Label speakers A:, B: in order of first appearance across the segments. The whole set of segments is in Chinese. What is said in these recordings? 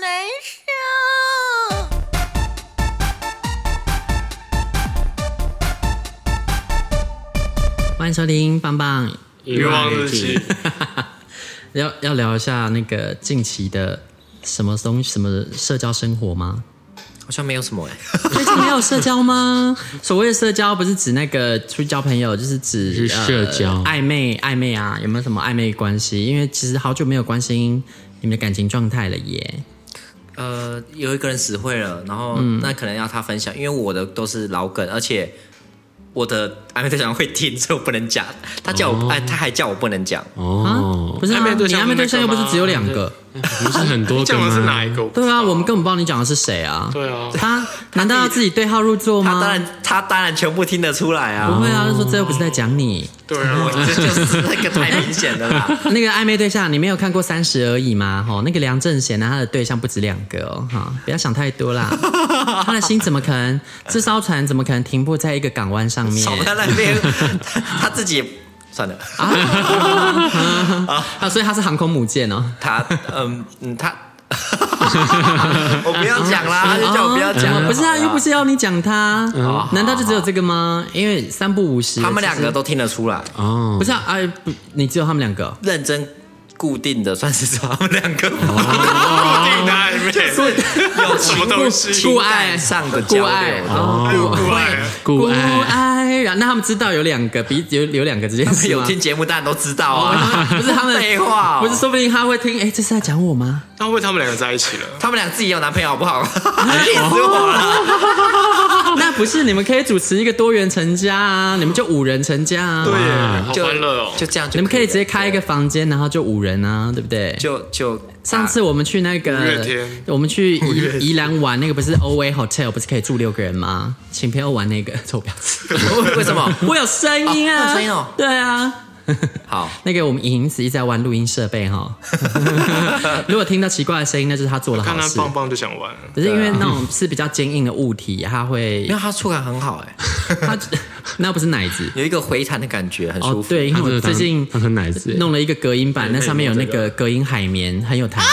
A: 难受。
B: 欢迎收听棒棒
C: 欲望日记。
B: 要要聊一下那个近期的什么东西，什么社交生活吗？
C: 好像没有什么哎、
B: 最近没有社交吗？所谓的社交，不是指那个出去交朋友，就是指
C: 是社交
B: 呃暧昧暧昧啊，有没有什么暧昧关系？因为其实好久没有关心你们的感情状态了耶。
C: 呃，有一个人死会了，然后、
D: 嗯
C: 那可能要他分享，因为我的都是老梗，而且我的暧昧对象会听，所以我不能讲。他叫
D: 哦
C: 我，哎、他还叫我不能讲。
B: 啊，不是啊，
E: 暧昧对象
B: 你暧昧对象又不是只有两个，
E: 不是很多 个
F: 讲
E: 吗？
F: 的是哪一个？
B: 对啊，我们根本不知道你讲的是谁啊。
F: 对啊，
B: 他难道要自己对号入座
C: 他当
B: 吗？
C: 然，他当然全部听得出来
B: 不
D: 哦
C: 啊。
B: 会啊，就说这又不是在讲你。
F: 对啊，
C: 我这就是那个太明显的 啦。
B: 那个暧昧对象，你没有看过《三十而已》吗？哈、那个梁正贤呢，啊他的对象不止两个哦，哈，不要想太多 啦。他的心怎么可能？这艘船怎么可能停泊在一个港湾上面？
C: 少在那边，他他自己也算了。
B: 啊，所以他是航空母舰哦。
C: 他嗯嗯，他 我不要讲啦，他就叫我不要讲
B: 哦
D: 嗯
C: 了。
B: 不是啊，又不是要你讲他，
C: 哦
B: 难道就只有这个吗？因为三不五十，
C: 他们两
B: 其
C: 个
B: 实
C: 都听得出来。
E: 哦
B: 不，是啊，哎、不你只有他们两个哦。
C: 认真固定的，算是找他们两个吧
F: 固定的暧昧，有什么东西？
B: 故
C: 情
B: 爱
C: 感上的交流
B: 故爱
C: 哦
F: 固爱，
E: 顾
B: 不
E: 爱
B: 爱，然后那他们知道有两个，比有有两个这件事
C: 有
B: 吗？
C: 听节目，大家都知道啊。
B: 不是他们
C: 废话哦
B: 不是，说不定他会听，哎，这是在讲我 吗？
F: 那会他们两个在一起了？
C: 他们俩自己有男朋友好不好？气死 我了！
B: 那不是你们可以主持一个多元成家啊，你们就五人成家啊，
F: 对耶，好欢乐哦！
C: 就这样就
B: 你们可以直接
C: 了
B: 开一个房间，然后就五人啊，对不对？
C: 就就啊
B: 上 次我们去那
F: 五月
B: 个
F: 天，
B: 我们去宜宜兰玩，那个不是 O A Hotel 不是可以住六个人吗？请朋友玩那个， 臭婊子，
C: 为为什么？
B: 我有声音啊，
C: 哦有声音哦
B: 对啊。
C: 好，
B: 那个我们影子一直在玩录音设备哈， 如果听到奇怪的声音，那就是他做了
F: 看
B: 好
F: 他
B: 事。
F: 棒棒就想玩了，
E: 啊
B: 可是因为那种是比较坚硬的物体，它会
C: 因为他触感很好哎，
B: 它那不是奶子
C: 有一个回弹的感觉，很舒服。
B: 哦，对，因为
E: 他真
B: 我
E: 的
B: 最
E: 当
B: 近
E: 当成奶子
B: 弄了一个隔音板，那上面有那个隔音海绵，很有弹性。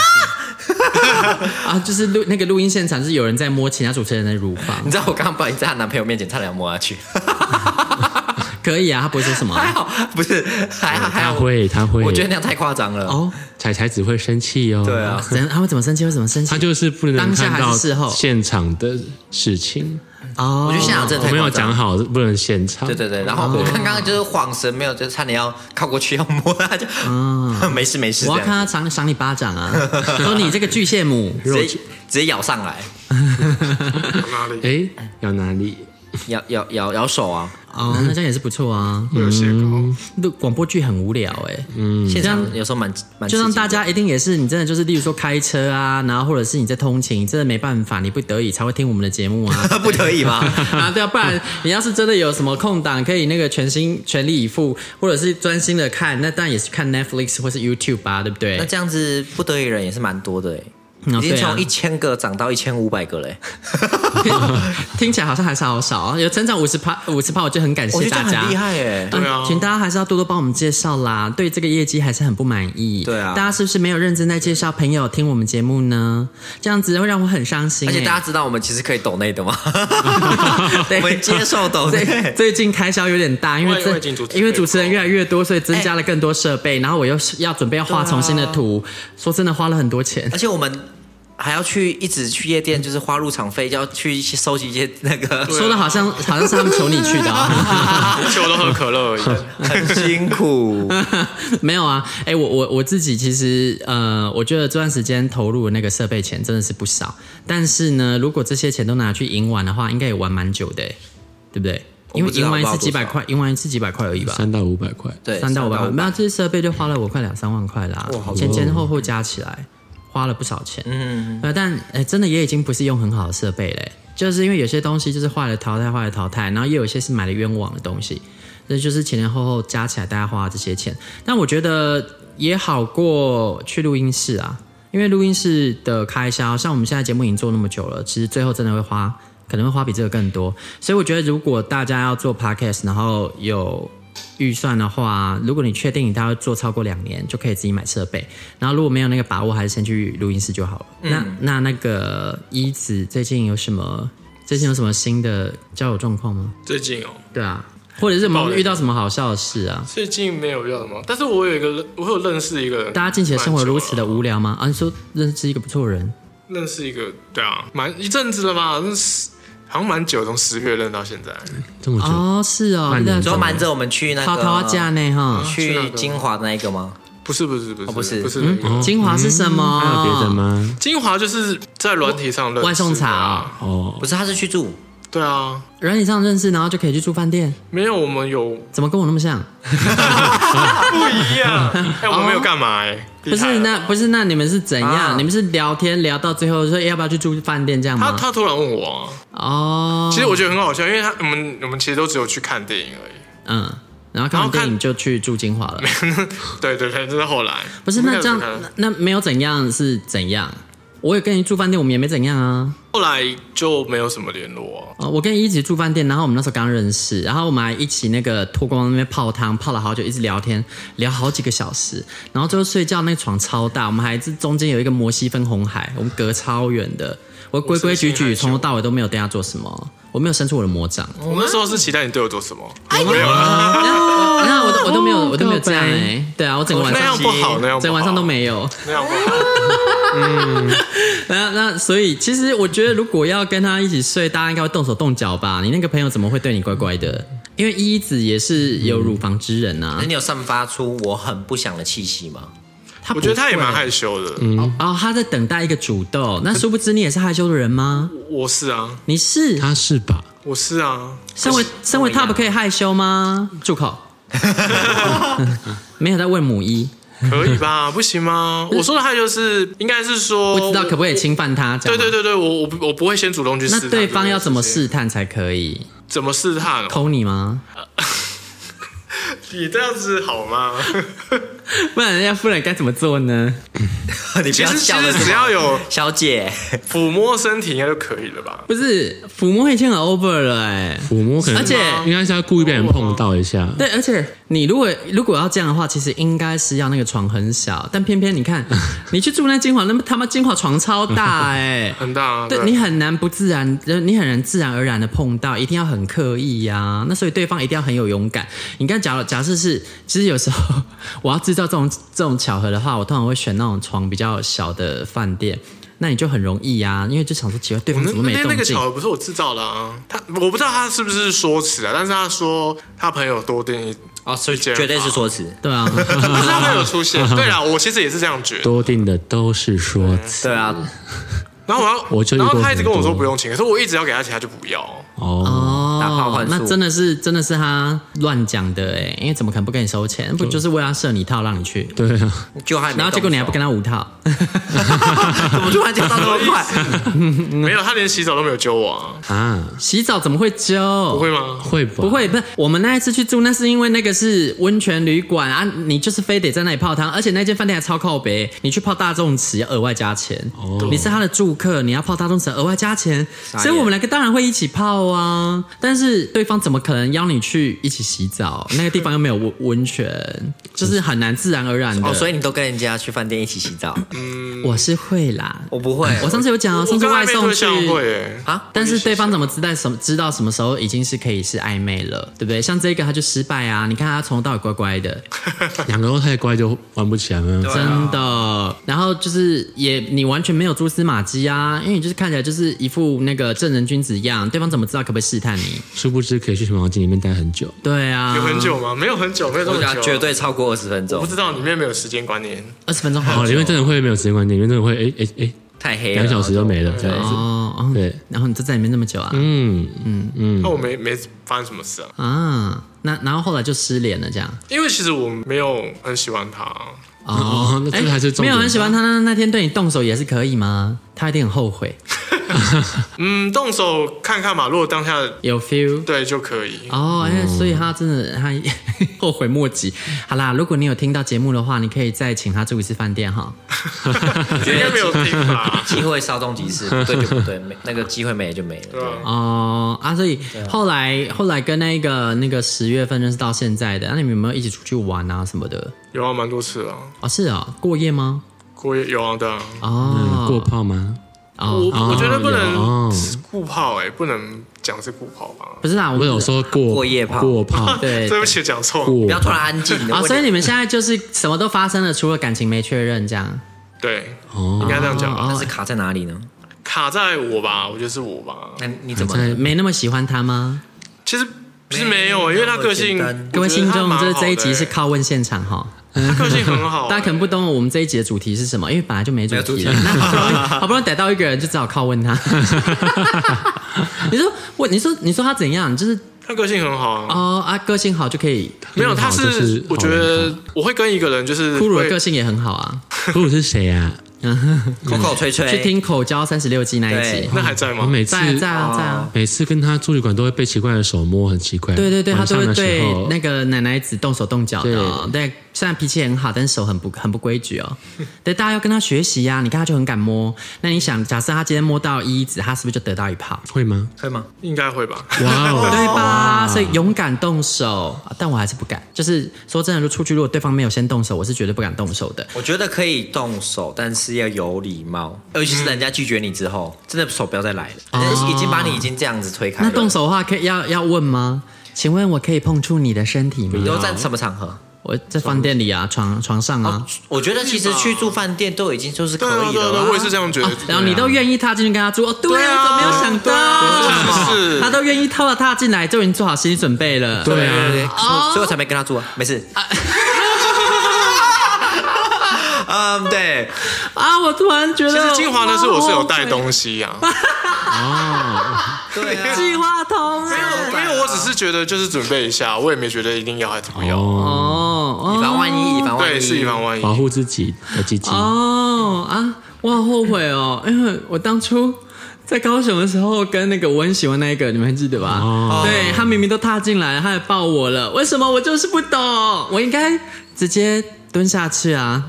B: 啊，就是录那个录音现场是有人在摸其他主持人的乳房
C: 你，知道我刚刚不小心在她男朋友面前差点摸下去，
B: 可以啊，他不会说什么
C: 还
B: 啊、
C: 好不是，还好还
E: 他
C: 好，
E: 会他会，
C: 我觉得那样太夸张了。
B: 哦，
E: 彩彩只会生气哦。
C: 对，啊，
B: 人他会怎么生气？会怎么生气？
E: 他就是不能
B: 当下
E: 看
B: 还
E: 到
B: 是事后
E: 现场的事情，
B: 哦，
C: 我觉得
F: 啊
C: 现场真的
E: 我
C: 太
E: 没有
C: 夸张
E: 讲
C: 了。
E: 好不能现场。
C: 对对对，然后我
B: 哦
C: 刚刚就是晃神，没有，就差点要靠过去要摸他，就 没事没事，
B: 嗯我
C: 这样
B: 要看他赏赏你巴掌啊！说你这个巨蟹母，
C: 直接直接咬上来，
F: 哪里？
E: 哎，要哪里？
C: 咬咬咬咬手啊！
B: 哦，那这样也是不错啊。
F: 会有血糕，
B: 录广播剧很无聊哎、
C: 现场有时候蛮蛮
B: 就让大
C: 刺激的
B: 家一定也是你真的就是，例如说开车啊，然后或者是你在通勤，真的没办法，你不得已才会听我们的节目啊。
C: 不得已嘛，
B: 啊，对啊，不然你要是真的有什么空档，可以那个全心全力以赴，或者是专心的看，那当然也是看 Netflix 或是 YouTube 吧，对不 对
C: 那？这样子不得已人也是蛮多的哎，
B: 嗯
C: 已经
B: 对啊
C: 从一千个涨到一千五百个嘞，欸
B: 听起来好像还是好少啊，有成长五十趴，五十趴，我就很感
C: 我觉得
B: 谢
C: 这
B: 大
C: 样
B: 家。
C: 很厉害哎。
F: 对啊
B: 嗯请大家还是要多多帮我们介绍啦。对这个业绩还是很不满意。
C: 对啊
B: 大家是不是没有认真在介绍朋友听我们节目呢？这样子会让我很伤心、欸
C: 而且大家
B: 家
C: 知道我们其实可以抖内 的吗？我们接受抖
B: 最
C: 内。
B: 最近开销有点大，因为
F: 外外景主持
B: 因为主持人越来越多，所以增加了更
C: 哎啊
B: 多设备，然后我又是要准备要画重新的图，说真的花了很多钱
C: 而。且我们还要去一直去夜店，就是花入场费，要去一些收集一些那个，
B: 说的好像好像是他们求你去的、哦，
F: 而且我都喝可乐而已。
C: 很辛苦。
B: 没有啊，哎、我我我自己其实呃，我觉得这段时间投入的那个设备钱真的是不少，但是呢，如果这些钱都拿去赢玩的话，应该也玩蛮久的，对不对？因
C: 我
B: 为
C: 不知道
B: 赢玩一
C: 我
B: 次
C: 不知道
B: 几百块，赢玩一次几百块而已吧，
E: 三到五百块，
C: 对，
B: 三到五百块，
C: 500
B: 那这些设备就花了我快两三万块啦，前前后后加起来花了不少钱。嗯，呃，但哎，真的也已经不是用很好的设备嘞，就是因为有些东西就是坏了淘汰，坏了淘汰，然后也有一些是买了冤枉的东西，这就是前前后后加起来大家花了这些钱。但我觉得也好过去录音室啊，因为录音室的开销，像我们现在节目已经做那么久了，其实最后真的会花。可能会花比这个更多，所以我觉得如果大家要做 podcast，然后有预算的话，如果你确定你大概做超过两年，就可以自己买设备。然后如果没有那个把握，还是先去录音室就好了。
G: 嗯
B: 那那那个一子最近有什么？最近有什么新的交友状况吗？
G: 最近哦，
B: 对啊，或者是有没
G: 抱
B: 有
G: 怨
B: 遇到什么好笑的事啊？
G: 最近没有要什么，但是我有一个，我有认识一个，
B: 大家近期的生活如此的
G: 蛮久了
B: 无聊吗？啊，你说认识一个不错的人，
G: 认识一个，对啊，蛮一阵子了吧，那是好像蛮久，从十月认到现在，
E: 这么久，
B: 哦，是哦，
E: 半年
B: 那
C: 你说瞒着我们去那
B: 淘
C: 个
B: 淘价呢哈。
C: 去金华的那一个吗？
G: 不是不是
B: 哦
G: 不是、
C: 不是
G: 不是那个、
B: 精华是什
G: 嗯
B: 么？
E: 还有别的？吗？
G: 精华就是在软体上认识的啊
B: 外送茶啊
E: 哦，
C: 不是，他是去住，
G: 对啊，
B: 人以上认识，然后就可以去住饭店，
G: 没有我们有
B: 怎么跟我那么像？
G: 不 一样，哎、我们没有干嘛哎、
B: 哦不
G: 厉害
B: 是
G: 了
B: 那不是那你们是怎样？
C: 啊
B: 你们是聊天聊到最后说哎要不要去住饭店这样
G: 他
B: 吗？
G: 他突然问我、啊，
B: 哦，
G: 其实我觉得很好笑，因为他我们我们其实都只有去看电影而 已，
B: 嗯，然后看完
G: 然后看
B: 电影就去住金华了。
G: 对对对，这是后来
B: 不是
G: 我们
B: 那这
G: 没
B: 样
G: 有只看
B: 那那没有怎样是怎样？我也跟你住饭店，我们也没怎样啊。
G: 后来就没有什么联络啊、
B: 啊我跟你一起住饭店，然后我们那时候刚认识，然后我们还一起那个脱光那边泡汤，泡了好久，一直聊天，聊好几个小时，然后最后睡觉那个床超大，我们还是中间有一个摩西分红海，我们隔超远的，我规规矩
G: 我是心
B: 矩，
G: 害羞
B: 从头到尾都没有对他做什么，我没有伸出我的啊魔 掌。
G: 我那时候是期待你对我做什么，哦
B: 那那我都我都没有，我都没有
E: 告
B: 这
E: 白
B: 样哎、对啊，我整个晚
G: 那样
B: 上，
G: 不好，那样
B: 整个
G: 不好，
B: 晚上都没有。
G: 那样不好。
B: 那那所以，其实我觉得，如果要跟他一起睡，大家应该会动手动脚吧？你那个朋友怎么会对你乖乖的？因为一子也是有乳房之人啊
G: 嗯
C: 那，你有散发出我很不想的气息吗？
B: 他
G: 我觉得他也蛮害
B: 羞
G: 羞的，嗯，
B: 哦，他在等待一个主动。那殊不知你也是害羞的人吗？
G: 我是啊，
B: 你是
E: 他是吧？
G: 我是啊，
B: 身为身为 top 可以害羞吗？住口！ 没有在问母一，
G: 可以吧？不 行吗？我说的害羞是，应该是说，
B: 不知道可不可以侵犯他？这
G: 对
B: 样吗
G: 对。对对，哦我我不我不会先主动去试
B: 那
G: 探，
B: 对方要怎么
G: 试？
B: 试探才可以？
G: 怎么试探哦？
B: 抠你吗？
G: 你这样子好吗？
B: 不然要不然该怎么做呢？
C: 你不
G: 其
C: 要
G: 实其
C: 笑了是
G: 实
C: 吗
G: 只要有
C: 小姐，
G: 抚摸身体应该就可以了吧？
B: 不是抚摸已经很 over 了哎、
E: 抚摸可能，
B: 而且
E: 应该是要故意被人碰到一下，
B: 对，而且你如果如果要这样的话，其实应该是要那个床很小，但偏偏你 看你去住那金华，那么他妈金华床超大哎、
G: 很大啊，
B: 对你很难不自然，呃你很难自然而然的碰到，一定要很刻意呀、那所以对方一定要很有勇敢。你看，假如假设是，其实有时候我要制造这种这种巧合的话，我通常会选那种床比较小的饭店。那你就很容易呀、因为就想说奇怪，对
G: 我
B: 方
G: 那
B: 怎么没
G: 那天那
B: 动
G: 个
B: 静
G: 巧？合不是我制造的啊，他我不知道他是不是说辞啊，但是他说他朋友多订一，
C: 哦，所以
G: 这样
C: 绝对是说辞。
B: 对啊，
G: 不是他朋友出现。对啦，我其实也是这样觉得。
E: 多定的都是说辞
C: 对啊，
G: 然后我要，
E: 我就遇
G: 然
E: 过
G: 后他一直跟我
E: 很多
G: 说不用请，可是我一直要给他钱，他就不要。
E: 哦，
C: 打炮
B: 哦
C: 换，数
B: 那真的是真的是他乱讲的哎，因为怎么可能不跟你收钱？不就是为了设你套让你去？
E: 对啊，
C: 就还没
B: 然后结果 你还不跟
C: 他，
B: 他五套，
C: 怎么突然讲到那么 快？
E: 嗯
G: 没有，他连洗澡都没有揪我啊，
E: 啊，
B: 洗澡怎么会揪？
G: 不会吗？
E: 会吧？
B: 不会，不是我们那一次去住，那是因为那个是温泉旅馆啊，你就是非得在那里泡汤，而且那间饭店还超靠北，你去泡大众池要额外加钱，
E: 哦
B: 你是他的住客，你要泡大众池额外加钱，
C: 眼
B: 所以我们两个当然会一起泡啊，但是对方怎么可能邀你去一起洗澡？那个地方又没有温温泉，就是很难自然而然的。
C: 哦，所以你都跟人家去饭店一起洗澡？
B: 我是会啦，
C: 我不会，
B: 我上次有
E: 啊
B: 讲哦，上
G: 嗯
B: 次
G: 我跟
B: 外
G: 暧昧
B: 送
G: 对
B: 去
G: 象会欸，
C: 啊，
B: 但是对方怎么知道什么知道什么时候已经是可以是暧昧了，对不对？像这个他就失败啊！你看他从头到尾乖乖的，
G: 啊
E: 两个都太乖就玩不起来了。
B: 真的。然后候就是也你完全没有蛛丝马迹啊，因为你就是看起来就是一副那个正人君子样，对方怎么知道可不可以试探你？
E: 殊不知可以去熊毛巾里面待很久。
B: 对啊，
G: 有很久吗？没有很久，没有这
C: 我
G: 么
C: 觉
G: 久
C: 得
G: 啊，
C: 绝对超过二十分
G: 我
C: 钟
G: 不，知道里面没有时间观念，
B: 二十分钟好
E: 哦，
B: 久，
E: 里面真的会没有时间观念，里面真的会哎哎哎，
C: 太黑了，？
E: 两小时就没了这样子。
B: 哦，哦
E: 对
B: 然后你就在里面那么久啊、
E: 嗯，
G: 那我没没发生什么事啊，
B: 啊，那然后后来就失联了这样。
G: 因为其实我没有很喜欢他，啊
E: 哦那这个还是重
B: 没
E: 点
B: 有很喜欢他，那那天对你动手也是可以吗？他一定很后悔，
G: 嗯，动手看看嘛，如果当下
B: 有 feel。
G: 对就可
E: 啊
G: 以，
B: 哦，
E: 嗯
B: 哎、所以他真的他后悔莫及。好啦，如果你有听到节目的话，你可以再请他住一次饭店哈。
G: 应该没有听吧
C: 机会稍纵即 逝，不对就不对，没那个机会没了就没了。
G: 对吧？
B: 哦啊，所以后来后来跟那个那个十月份认识到现在的，那、啊你们有没有一起出去玩啊什么的？
G: 有啊，蛮多次啊，
B: 哦，是啊、过夜吗？
G: 过夜有啊，对啊。
B: 哦，
E: 嗯过泡吗？
G: 我
B: 哦，
G: 我觉得不
E: 有哦
B: 啊
G: 能只顾炮哎，不能讲是顾炮吧？
B: 不是啊，我
E: 我
B: 们
E: 有说过
C: 过夜泡
E: 过泡
B: 对
G: 对不起，讲错。
E: 过
C: 不要突然安静的
B: 啊，
C: 问
B: 所以你们现在就是什么都发生了，除了感情没确认这样。
G: 对，应
E: 哦，
G: 该这样
B: 啊
G: 讲吧。
C: 那是卡在哪里呢？
G: 卡在我吧，我觉得是我吧。
C: 那你怎么
E: 卡在
B: 没那么喜欢他吗？
G: 其实其实没有，因为他个性
C: 没有那么简单，
B: 各位听众，
G: 就
B: 就是这一集是拷问现场哈，
G: 欸他个性很好，欸
B: 大家可能不懂我们这一集的主题是什么，因为本来就没主题了。 那好不容易好不容易逮到一个人，就只好拷问他。 你说我，你说你说他怎样？就是
G: 他个性很好啊。
B: 哦啊，个性好就可以，
G: 没有，他
E: 就是是
G: 我觉得我会跟一个人就是
B: 骷髅
G: 会
B: 的个性也很好啊。
E: 不是谁啊？
C: 口口吹吹？
B: 嗯去听口交三十六计那一集
C: 对，
G: 那还在
E: 我
G: 吗？
E: 每次
B: 在啊在啊在啊。
E: 每次跟他住旅馆都会被奇怪的手摸，很奇怪。
B: 对对对，他
E: 晚
B: 都
E: 上
B: 会
E: 的时
B: 对
E: 候
B: 那个奶奶子动手动脚的、哦。对，虽然脾气很好，但是手很不很不规矩哦。 对，大家要跟他学习啊呀、你看他就很敢摸。那你想，假设他今天摸到一子，他是不是就得到一炮？
E: 会吗？
C: 会吗？
G: 应该会吧。
E: 哇
B: 对
E: 哦，
B: 吧？所以勇敢动手，啊但我还是不敢。就是说真的，如果出去如果对方没有先动手，我是绝对不敢动手的。
C: 我觉得可以动手，但是要有礼貌，尤其是人家拒绝你之后，
G: 嗯
C: 真的手不要再来了，已经把你已经这样子推开了。
B: 哦那动手的话，可以要要问吗？请问我可以碰触你的身体吗
C: 你？都在什么场合？
B: 我在饭店里啊，床床上
E: 哦
B: 啊。
C: 我觉得其实去住饭店都已经就是可
G: 对啊，
C: 以
G: 嗯对啊，
C: 了
G: 对啊
C: 啊。
G: 我也是这样觉得。
B: 然后你都愿意踏进去跟他住，哦，对啊，我怎么没有想到？
G: 啊是
B: 他都愿意偷了踏进来，就已经做好心理准备了。
C: 对啊，对对所以
B: 哦
C: 我才没跟他住啊，没事。嗯，对，
B: 啊，我突然觉得，
G: 其实精华的是我是有
B: 哦
G: 带东西啊，
C: 对啊，
B: 计划通
G: 没有
B: 哎
G: 没有，我只是觉得就是准备一下，我也没觉得一定要还怎么样。
E: 哦，
B: 哦
C: 以防万一，以防万一，
G: 对，是以防万一。
E: 保护自己的鸡鸡。
B: 哦哦啊，我好后悔哦，因为我当初。在高雄的时候，跟那个我很喜欢那一个，你们还记得吧？
E: 哦
B: 对他明明都踏进来，他也抱我了，为什么我就是不懂？我应该直接蹲下去啊，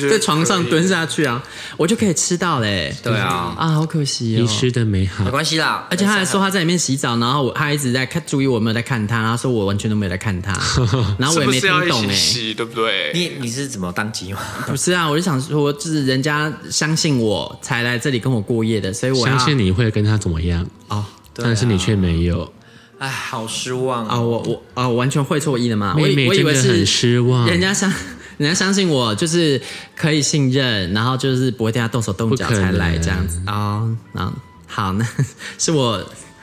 G: 觉得
B: 在床上
G: 可以
B: 蹲下去啊，我就可以吃到嘞、
C: 对啊，
B: 啊，好可惜
E: 遗
B: 哦。
E: 失的美好
C: 没。啊关系啦。
B: 而且他还说他在里面洗澡，然后我他一直在看注意我有没有在看他，然后说我完全都没有在 看他，然后我
G: 是
B: 也
G: 不
B: 没
G: 是
B: 听
G: 要一
B: 懂
G: 起
B: 哎、
G: 洗，对不对？
C: 你你是怎么当机吗？
B: 不是啊，我就想说，就是人家相信我才来这里跟我过夜的，所以我要
E: 相信你会跟他怎么样，
B: 哦
E: 但是你却没有。
C: 哎，好失望
B: 啊、
C: 啊！
B: 我我啊、我完全会错意了嘛，我
E: 妹
B: 以
E: 妹
B: 我以
E: 真
B: 为
E: 的
B: 是
E: 很失望，
B: 人家相 人家相信我就是可以信任，然后就是不会对他动手动脚
E: 不可
B: 才
E: 能
B: 来这样子哦。然后好，那 是我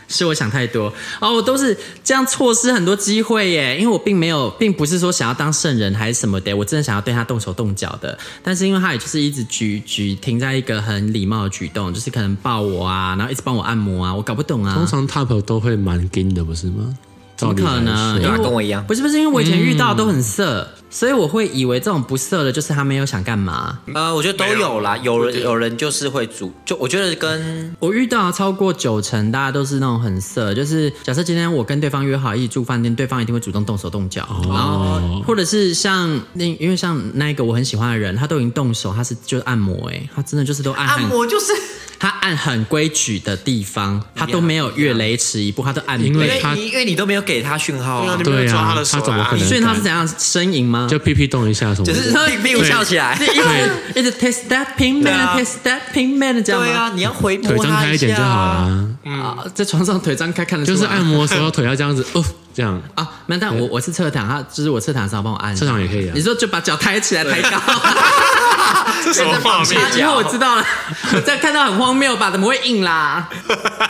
B: 是我想太多哦，我都是这样错失很多机会耶，因为我并没有，并不是说想要当圣人还是什么的，我真的想要对他动手动脚的，但是因为他也就是一直举举停在一个很礼貌的举动，就是可能抱我啊，然后一直帮我按摩啊，我搞不懂啊，
E: 通常 top 都会蛮硬的，不是吗？
B: 怎么可能？
C: 对
E: 照理来
C: 啊
E: 说
C: 跟我一样
B: 不是不是，因为我以前遇到都很色，所以我会以为这种不色的，就是他没有想干嘛。
C: 呃，我觉得都有啦，有人有人就是会煮，就我觉得
G: 嗯
C: 跟
B: 我遇到超过九成，大家都是那种很色，就是假设今天我跟对方约好一起住饭店，对方一定会主动动手动脚，然
E: 哦
B: 后或者是像那因为像那一个我很喜欢的人，他都已经动手，他是就按摩、欸，他真的就是都按很
C: 啊就是
B: 他按很规矩的地方，他都没有越雷池一步，他都按
E: 因
C: 因
E: 为
C: 为
E: 他
C: 你因为你都没有给他讯号
G: 对啊，
C: 啊
G: 你，没有
E: 对
G: 抓他
E: 啊
G: 的，手
E: 他怎么
G: 来
E: 可
G: 按
E: 能？
B: 所以他是怎样呻吟吗？
E: 就屁屁动一下什么
C: 只是
E: 的？
C: 屁屁股翘起来。
G: 啊
B: 一直一直 test that pin man
C: 对啊
B: test that pin man 这样吗？
C: 对啊，你要回摸
E: 腿张
C: 他
E: 开一点就好
C: 下。
E: 啦，
B: 啊，在床上腿张开看得出
E: 就
B: 来，
E: 是按摩的时候腿要这样子，哦，这样
B: 啊。没有，但我我是
E: 啊
B: 侧躺，他就是我侧躺的时候帮我按，
E: 侧躺也可以啊
B: 你说就把脚抬起来抬高，
G: 这是 什么 画面？
B: 啊，以后我知道了，我这看到很荒谬吧？怎么会硬啦？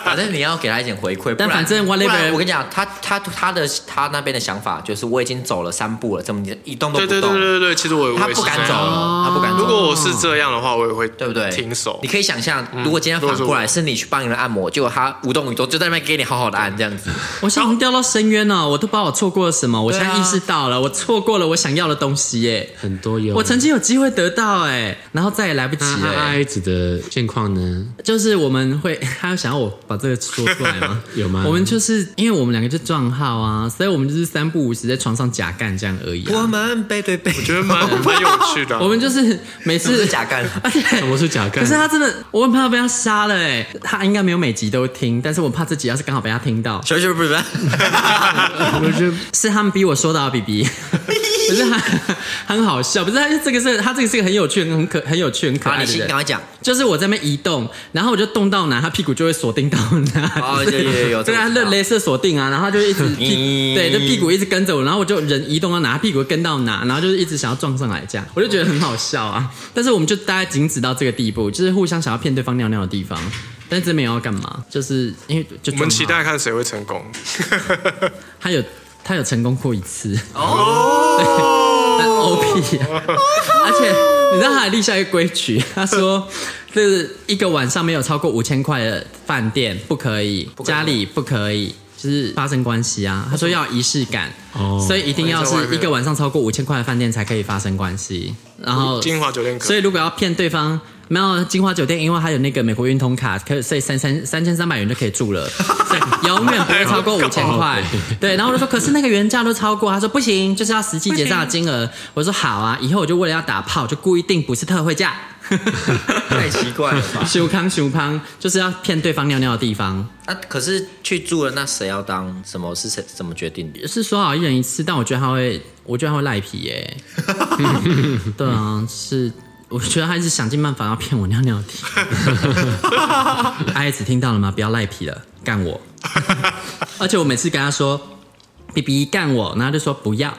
C: 反正你要给他一点回馈，
B: 但
C: 不然
B: 反正 whatever
C: 不然我跟你讲，他他他的他那边的想法就是我已经走了三步了，怎么你一动都
G: 对
C: 不
G: 对对对
C: 动？
G: 对对，其实我也
C: 他
G: 我也
C: 不
G: 是
C: 敢
G: 这
C: 走
G: 样
C: 了，他不敢
G: 如
C: 走。
G: 果我是这样的话，我也会
C: 对不对？
G: 停手嗯
C: 你。可以想象，如果今天反过来是你去帮人按摩，结果他无动于衷，就在那边给你好好的按这样 子，
B: 我是已经掉到深渊了，我都不知道我错过了什么，我现在
C: 对啊
B: 意识到了，我错过了我想要的东西耶。
E: 很多有
B: 我曾经有啊机会得到哎，然后再也来不及
E: 那
B: 了。
E: 爱子的现况呢？
B: 就是我们会， 他有想要我把这个说出来吗？
E: 有吗
B: 我们就是因为我们两个就撞号啊，所以我们就是三不五时在床上假干这样而已、啊。
C: 们背对背，
G: 我觉得蛮蛮有趣的啊。
B: 我们就是每次
C: 是 假干。
B: 而且
E: 什么是假干
B: 可是他真的，我很怕被他杀了哎、他应该没有每集都听，但是我怕这集要是刚好被他听到，
C: 求求 不是，
E: 我觉得
B: 是他们逼我说到啊 B B，不是他很好笑，不是他这个是他这个是个很有趣、很可很有趣、很可
C: 好，
B: 爱
C: 你
B: 的
C: 先
B: 人
C: 赶。快讲。
B: 就是我在那边移动，然后我就动到哪，他屁股就会锁定到哪。
C: 哦有有有有
B: 对
C: 这个我
B: 啊，那
C: 知道
B: 镭射锁定啊，然后他就一直 屁，
C: 咦
B: 对，这屁股一直跟着我，然后我就人移动到哪，他屁股跟到哪，然后就是一直想要撞上来这样，我就觉得很好笑 啊。但是我们就大概仅止到这个地步，就是互相想要骗对方尿尿的地方，但是真没有要干嘛，就是因为就
G: 我们
B: 撞
G: 期
B: 好
G: 待看谁会成功。
B: 他有他有成功过一次哦， 对，很 OP 啊，而且你知道他还立下一个规矩， 他说就是一个晚上没有超过五千块的饭店不可以，家里不可以。就是发生关系啊，他说要有仪式感，
E: 哦
B: 所以一定要是一个晚上超过五千块的饭店才可以发生关系。然后
G: 金华酒店可以
B: 所以如果要骗对方，没有金华酒店，因为它有那个美国运通卡，可以所以三三三千三百元就可以住了，所以永远不会超过五千块。对，然后我就说，可是那个原价都超过，他说不行，就是要实际结账的金额。我说好啊，以后我就为了要打炮，就故意定不是特惠价。
C: 太 奇怪了 吧？
B: 修康修康就是要骗对方尿尿的地方，
C: 那啊可是去住了，那谁要当？什么是谁怎么决定的？
B: 是说好一人一次，但我觉得他会，我觉得他会赖皮 耶、对啊，是，我觉得他一直想尽办法要骗我尿尿的地 方。爱子听到了吗？不要赖皮了，干我！而且我每次跟他说“比比干我”，然后他就说不要。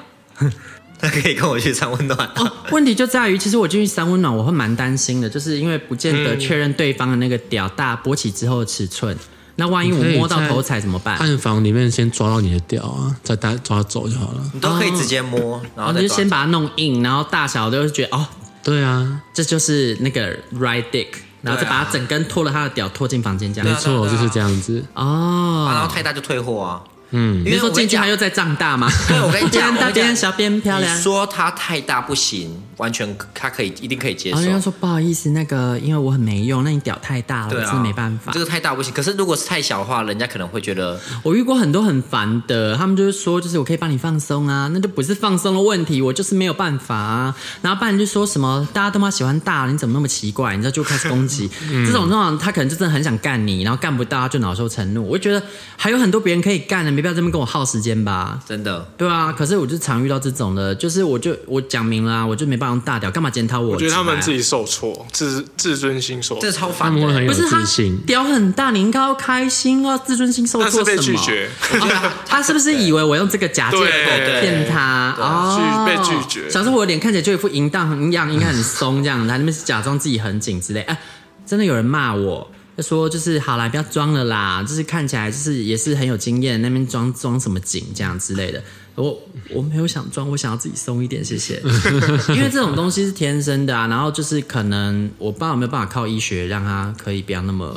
C: 他 可以跟我去上温暖。
B: 哦，问题就在于，其实我进去三温暖，我会蛮担心的，就是因为不见
C: 嗯
B: 得确认对方的那个屌大勃起之后的尺寸。那万一我摸到头彩怎么办？
E: 暗房里面先抓到你的屌啊，再带抓走就好了。
C: 你都可以直接摸，然
B: 然
C: 后
B: 后
C: 再啊
B: 就
C: 抓
B: 先把它弄硬，然后大小都是觉得哦，
E: 对啊，
B: 这就是那个 right dick，然后再把它整根拖了他的屌拖进房间这样。
E: 没错，就是这样子。
B: 哦，
C: 啊然后太大就退货啊。
E: 嗯，
C: 因
B: 你
C: 为
B: 说
C: 我跟
B: 进
C: 你
B: 去
C: 讲
B: 他又在胀大吗？
C: 对我跟你讲
B: 变大
C: 我跟你讲
B: 变小变漂亮
C: 你。说它太大不行，完全他可以一定可以接
B: 然后又
C: 受。
B: 哦说不好意思，那个因为我很没用，那你屌太大了，
C: 对
B: 我真
C: 啊，
B: 的没办法
C: 这。个太大不行。可是如果是太小的话，人家可能会觉得
B: 我遇过很多很烦的，他们就是说，就是我可以帮你放松啊，那就不是放松的问题，我就是没有办法啊。然后不然就说什么大家都嘛喜欢大，你怎么那么奇怪？你知道就开始攻击，
G: 嗯
B: 这种通常他可能就真的很想干你，然后干不到他就恼羞成怒。我就觉得还有很多别人可以干的，没必要这么跟我耗时间吧。
C: 真的
B: 对啊，可是我就常遇到这种的，就是我就我讲明了、啊，我就没办法用大屌，干嘛检讨我？
G: 我觉得他们自
B: 己
G: 己受挫，自自尊心受挫
C: 这，超
E: 他
C: 烦
E: 们会
C: 的。
E: 很有
B: 不是他
E: 自信。
B: 屌很大，你应该要开心啊，自尊心受
G: 但是
B: 挫什
G: 被
B: 么？
G: 拒绝，
B: 啊他是不是以为我用这个假借口
G: 对
B: 骗他？哦，
G: 拒被拒绝
B: 小时候我的脸看起来就一副淫荡很样，应该很松这样，他那边假装自己很紧之类。哎、真的有人骂我，就说就是好啦，不要装了啦，就是看起来就是也是很有经验，那边装装什么紧这样之类的。我我没有想装，我想要自己松一点，谢谢。 因为这种东西是天生的啊，然后就是可能我不知道有没有办法靠医学让它可以不要那么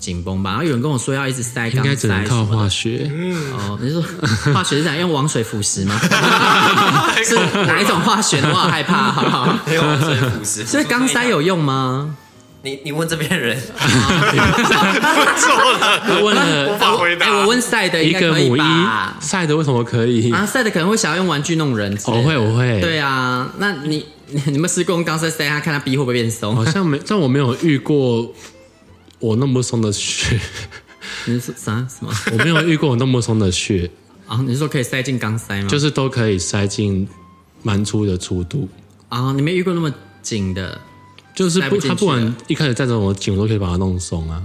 B: 紧绷吧。然后有人跟我说要一直塞
E: 应
B: 钢塞
E: 该只
B: 什么
E: 能
B: 的，
E: 靠 化学，
B: 哦，你是说化学是想用王水腐蚀 吗？ 是哪一种化学的？我好害怕，好不好？
C: 没有所以腐蚀
B: 所以钢塞有用吗？
C: 你你问这边的人，
G: 错了，
E: 问了
G: 无法回答
B: 哎我问赛的
E: 一
B: 应该
E: 个
B: 可以
E: 母一
B: 吧？
E: 晒的为什么可以？
B: 啊，赛的可能会想要用玩具弄人之类的。
E: 哦我会，我会。
B: 对啊，那你 你你们试过用钢塞塞他，看他逼会不会变松
E: 好？像没，但我没有遇过我那么松 的血，
B: 你是说啥什么？
E: 我没有遇过我那么松的血，
B: 啊，你是说可以塞进钢塞吗？
E: 就是都可以塞进蛮粗的粗度，
B: 啊，你没遇过那么紧的，
E: 就是
B: 塞不
E: 不
B: 进
E: 他
B: 去
E: 不
B: 的
E: 管一开始再怎么紧，我都可以把它弄松啊。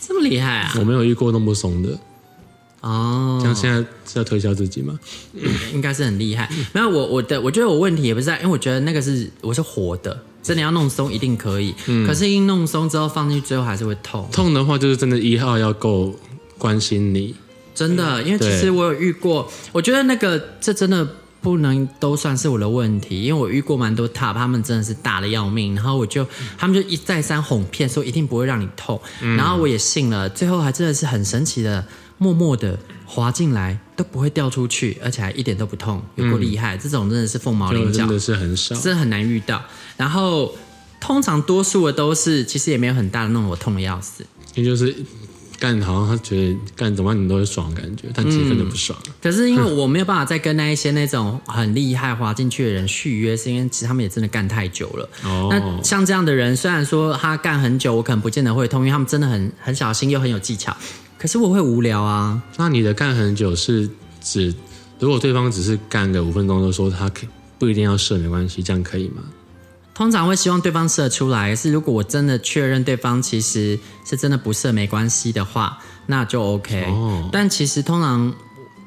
B: 这么厉害啊
E: 我？没有遇过那么松的，
B: 哦，
E: 像现在是要推销自己吗？
B: 应该是很厉害。没有我我的，我觉得我问题也不是在，因为我觉得那个是我是活的，真的要弄松一定可以，可是一弄松之后放进去，最后还是会痛。
E: 痛的话就是真的一号要够关心你，
B: 真的，因为其实
E: 嗯对
B: 我有遇过，我觉得那个这真的不能都算是我的问题，因为我遇过蛮多 top，他们真的是大的要命，然后我就
E: 嗯
B: 他们就一再三哄骗说一定不会让你痛，然后我也信了，最后还真的是很神奇的，默默的滑进来都不会掉出去，而且还一点都不痛，有够厉害，这种真的是凤毛麟
E: 嗯就
B: 角
E: 真，的是很少。
B: 真的很难遇到。然后通常多数的都是其实也没有很大的那种我痛的要死，
E: 也就是干，好像他觉得干怎么样你都会爽的感觉，但其实根本不爽。
B: 可是因为我没有办法再跟那一些那种很厉害滑进去的人续约，是因为其实他们也真的干太久了。
E: 哦
B: 嗯那像这样的人，虽然说他干很久，我可能不见得会通，因为他们真的很很小心又很有技巧。可是我会无聊啊，
E: 那你的干很久是指，如果对方只是干个五分钟，就说他可以不一定要射没关系，这样可以吗？
B: 通常会希望对方射出来。是如果我真的确认对方其实是真的不射没关系的话，那就 OK。
E: 哦
B: 但其实通常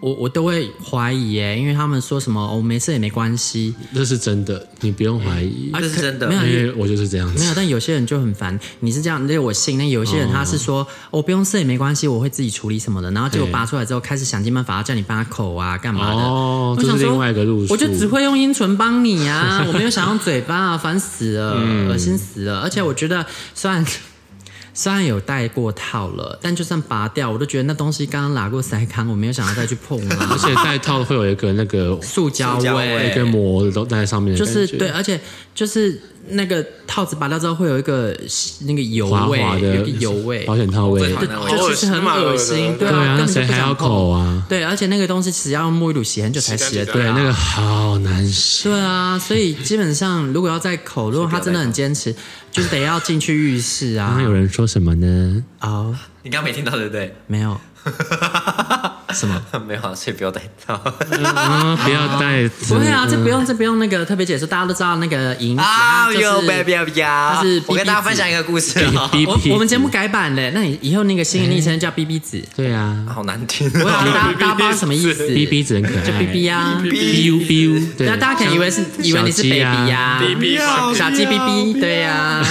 B: 我我都会怀疑耶，因为他们说什么哦没射也没关系，
E: 这是真的，你不用怀疑，
C: 这是真的
B: 没。有
E: 因为我就是这样
B: 啊没有，
E: 子。
B: 但有些人就很烦。你是这样，对我信。那有些人他是
E: 哦
B: 说，我、不用试也没关系，我会自己处理什么的。然后结果
E: 嘿
B: 拔出来之后，开始想尽办法要叫你帮他口啊，干嘛的？
E: 哦
B: 我
E: 这是
B: 想说
E: 另外一个路数
B: 我就只会用阴唇帮你啊，我没有想用嘴巴、啊，烦死 了，
E: 嗯
B: 恶心死了。而且我觉得，虽然虽然有戴过套了，但就算拔掉，我都觉得那东西刚刚拉过腮康，我没有想要再去碰啊
E: 而。且戴套会有一个那个
B: 塑胶
C: 塑胶
B: 味
C: 味
E: 一个膜的都戴在上面的
B: 就
E: 感觉，
B: 是对，啊而且就是那个套子拔掉之后会有一个那个油
E: 滑
B: 味，
E: 滑的
B: 有一个油 味，
E: 保险套味。
C: 对
B: 对，
G: 好
B: 就
G: 恶
B: 其实
G: 心
B: 很
G: 嘛
B: 恶心，对
E: 对啊
B: 啊，根
E: 那
B: 本就
E: 谁
B: 不
E: 还
B: 想
E: 要
B: 碰
E: 口？啊？
B: 对，而且那个东西其实要用沐浴乳洗很久才洗的，
G: 洗干净
B: 对啊，
E: 那个好难受。
B: 对啊，所以基本上如果要再口，如果他真的很坚持，就得要进去浴室
E: 刚
B: 啊
E: 刚。有人说什么 呢？
B: 哦，
C: 你刚刚没听到对不对？
B: 没有，
C: 什么？ 没有啊，所以不要带到。
E: 啊，不要戴。
B: 不会啊，这不用，这不用那个特别解释，大家都知道那个银 子
C: 啊，
B: 就
C: 有
B: 是
C: 不要不要不要！
B: 它是
C: 啊
B: BB
C: 我跟大家分享一个故事哦，
E: 逼
B: 我
E: 逼
B: 我们节目改版嘞，那你以后那个新的昵称叫 BB 子，
E: 对啊
C: 好难听
B: 不 要
C: 哦。
B: 大家大家不知道什么意思
E: ，B B 只很可爱，
B: 就 BB 啊，
E: 哎，B U B U，对，
B: 那大家可能以为是以为你是
E: 小
B: baby
E: 鸡啊
B: 呀
G: ，BB 啊
B: 小鸡 BB，对呀，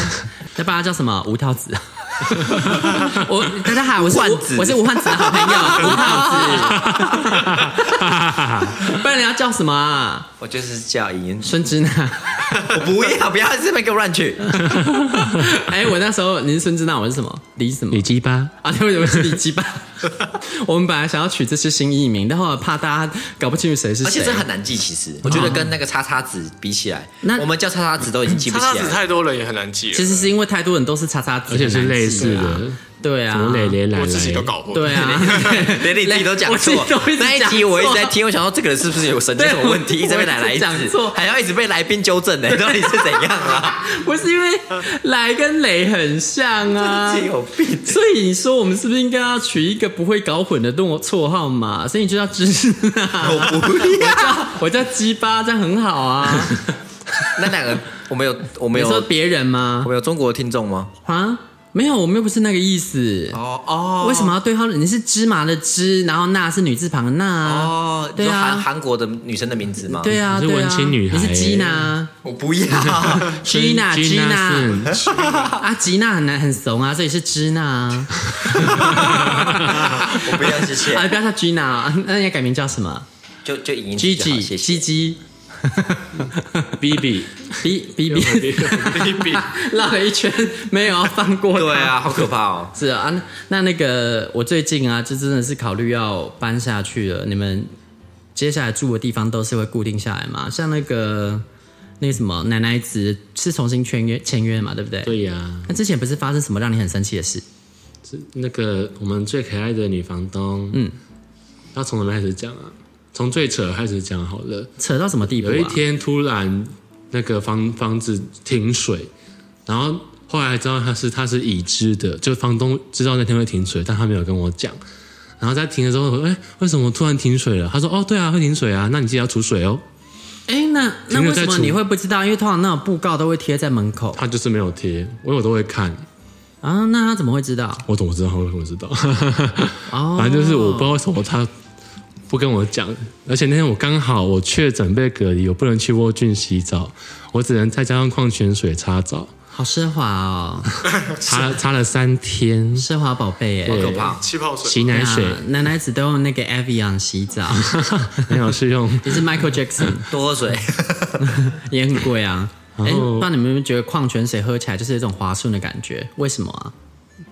B: 要不然它叫什么？吴套子。 我大家好，我是
C: 汉
B: 吴
C: 子
B: 我是吴汉子的好朋 友吴套子， 不然你要叫什么啊？
C: 我就是叫银，
B: 孙之 娜。
C: 我不要不要这边给我乱 取。
B: 哎，我那时候你是孙之娜，我是什么？李什么
E: 李？鸡巴，
B: 啊，对不起，我是李鸡吧。 我们本来想要取这些新艺名，但后来怕大家搞不清楚谁是
C: 而
B: 谁
C: 且这。很难记，其实我觉得跟那个叉叉子比起来，
B: 那
C: 我们叫叉 叉子都已经记不
G: 叉
C: 起
G: 叉子
C: 来。
G: 太多人也很难记了，
B: 其实是因为太多人都是叉叉子，
E: 而且是
B: 很难记
E: 类似
B: 啊，
E: 的，
B: 对啊，
E: 什么磊磊奶奶，
G: 我自己都搞混。
B: 对，啊，
C: 连你自己都 讲
B: 我自己
C: 错
B: 都一，直
C: 那一集
B: 讲错
C: 我一直在听，我想说这个人是不是有神经什么问题，
B: 对
C: 一直被奶
B: 我
C: 奶
B: 一直讲
C: 指
B: 错
C: 还要一直被来宾纠正呢，到底是怎样 啊？
B: 不是因为来跟磊很像 啊
C: 自己。有病！
B: 所以你说我们是不是应该要取一个不会搞混的动绰号嘛？所以你就叫芝啊，
C: 我不要。
B: 我叫鸡巴，这样很好啊。
C: 那两个我们有我们
B: 你
C: 有
B: 说别人吗
C: 我？们有中国听众吗？
B: 啊，没有，我们又不是那个意思。
C: 哦哦
B: 为什么要对号入？你是芝麻的芝，然后那是女字旁的那啊。
C: 哦，你
B: 对
C: 说韩
B: 啊，
C: 韩国的女生的名字吗？
B: 对啊，
E: 你是
B: 对啊
E: 文青女孩
B: 你是吉娜
C: 我不要，
B: 吉娜吉娜
E: 是
B: 啊，吉娜很难很怂啊，所以是支娜啊。
C: 我不要，谢
B: 啊，
C: 谢。
B: 不要叫 Gina，啊那你要改名叫什么
C: 就就已经就好
B: ？Gigi
C: 谢谢。
B: Gigi
E: B B，
B: B B B，绕了一圈没有要放过。
C: 对，啊，好可怕 哦！
B: 是啊，那那那个我最近啊，就真的是考虑要搬下去了。你们接下来住的地方都是会固定下来吗？像那个那什么奶奶子是重新签约签约嘛，对不对？。
E: 对呀，
B: 那之前不是发生什么让你很生气的事？
E: 是那个我们最可爱的女房东，嗯，要从什么开始讲啊？从最扯开始讲好了。
B: 扯到什么地步、啊？
E: 有一天突然那个房房子停水，然后后来知道他是他是已知的，就房东知道那天会停水，但他没有跟我讲。然后在停的时候，我说哎，为什么突然停水了？他说哦，对啊，会停水啊，那你记得要储水哦。
B: 哎，那那
E: 停
B: 为
E: 了再
B: 什么
E: 除
B: 你会不知道？因为通常那种布告都会贴在门口
E: 他就是没有贴，因为我都会看，
B: 啊，那他怎么会知道？
E: 我怎么知道？我怎么知道？
B: 哦
E: 反正就是我不知道为什么他，不跟我讲，而且那天我刚好我确诊被隔离，我不能去沃郡洗澡，我只能再加上矿泉水擦澡，
B: 好奢华哦，
E: 擦了擦了三天，
B: 奢华宝贝耶！
C: 可怕。
G: 气泡水
E: 洗奶水
B: 啊男孩子都用那个 Avian 洗 澡，
E: 没有 是用
B: 你是 Michael Jackson
C: 多喝水，
B: 也很贵啊。哎、
E: 然后
B: 不知道你们有没有觉得矿泉水喝起来就是有一种滑顺的感觉？为什么啊？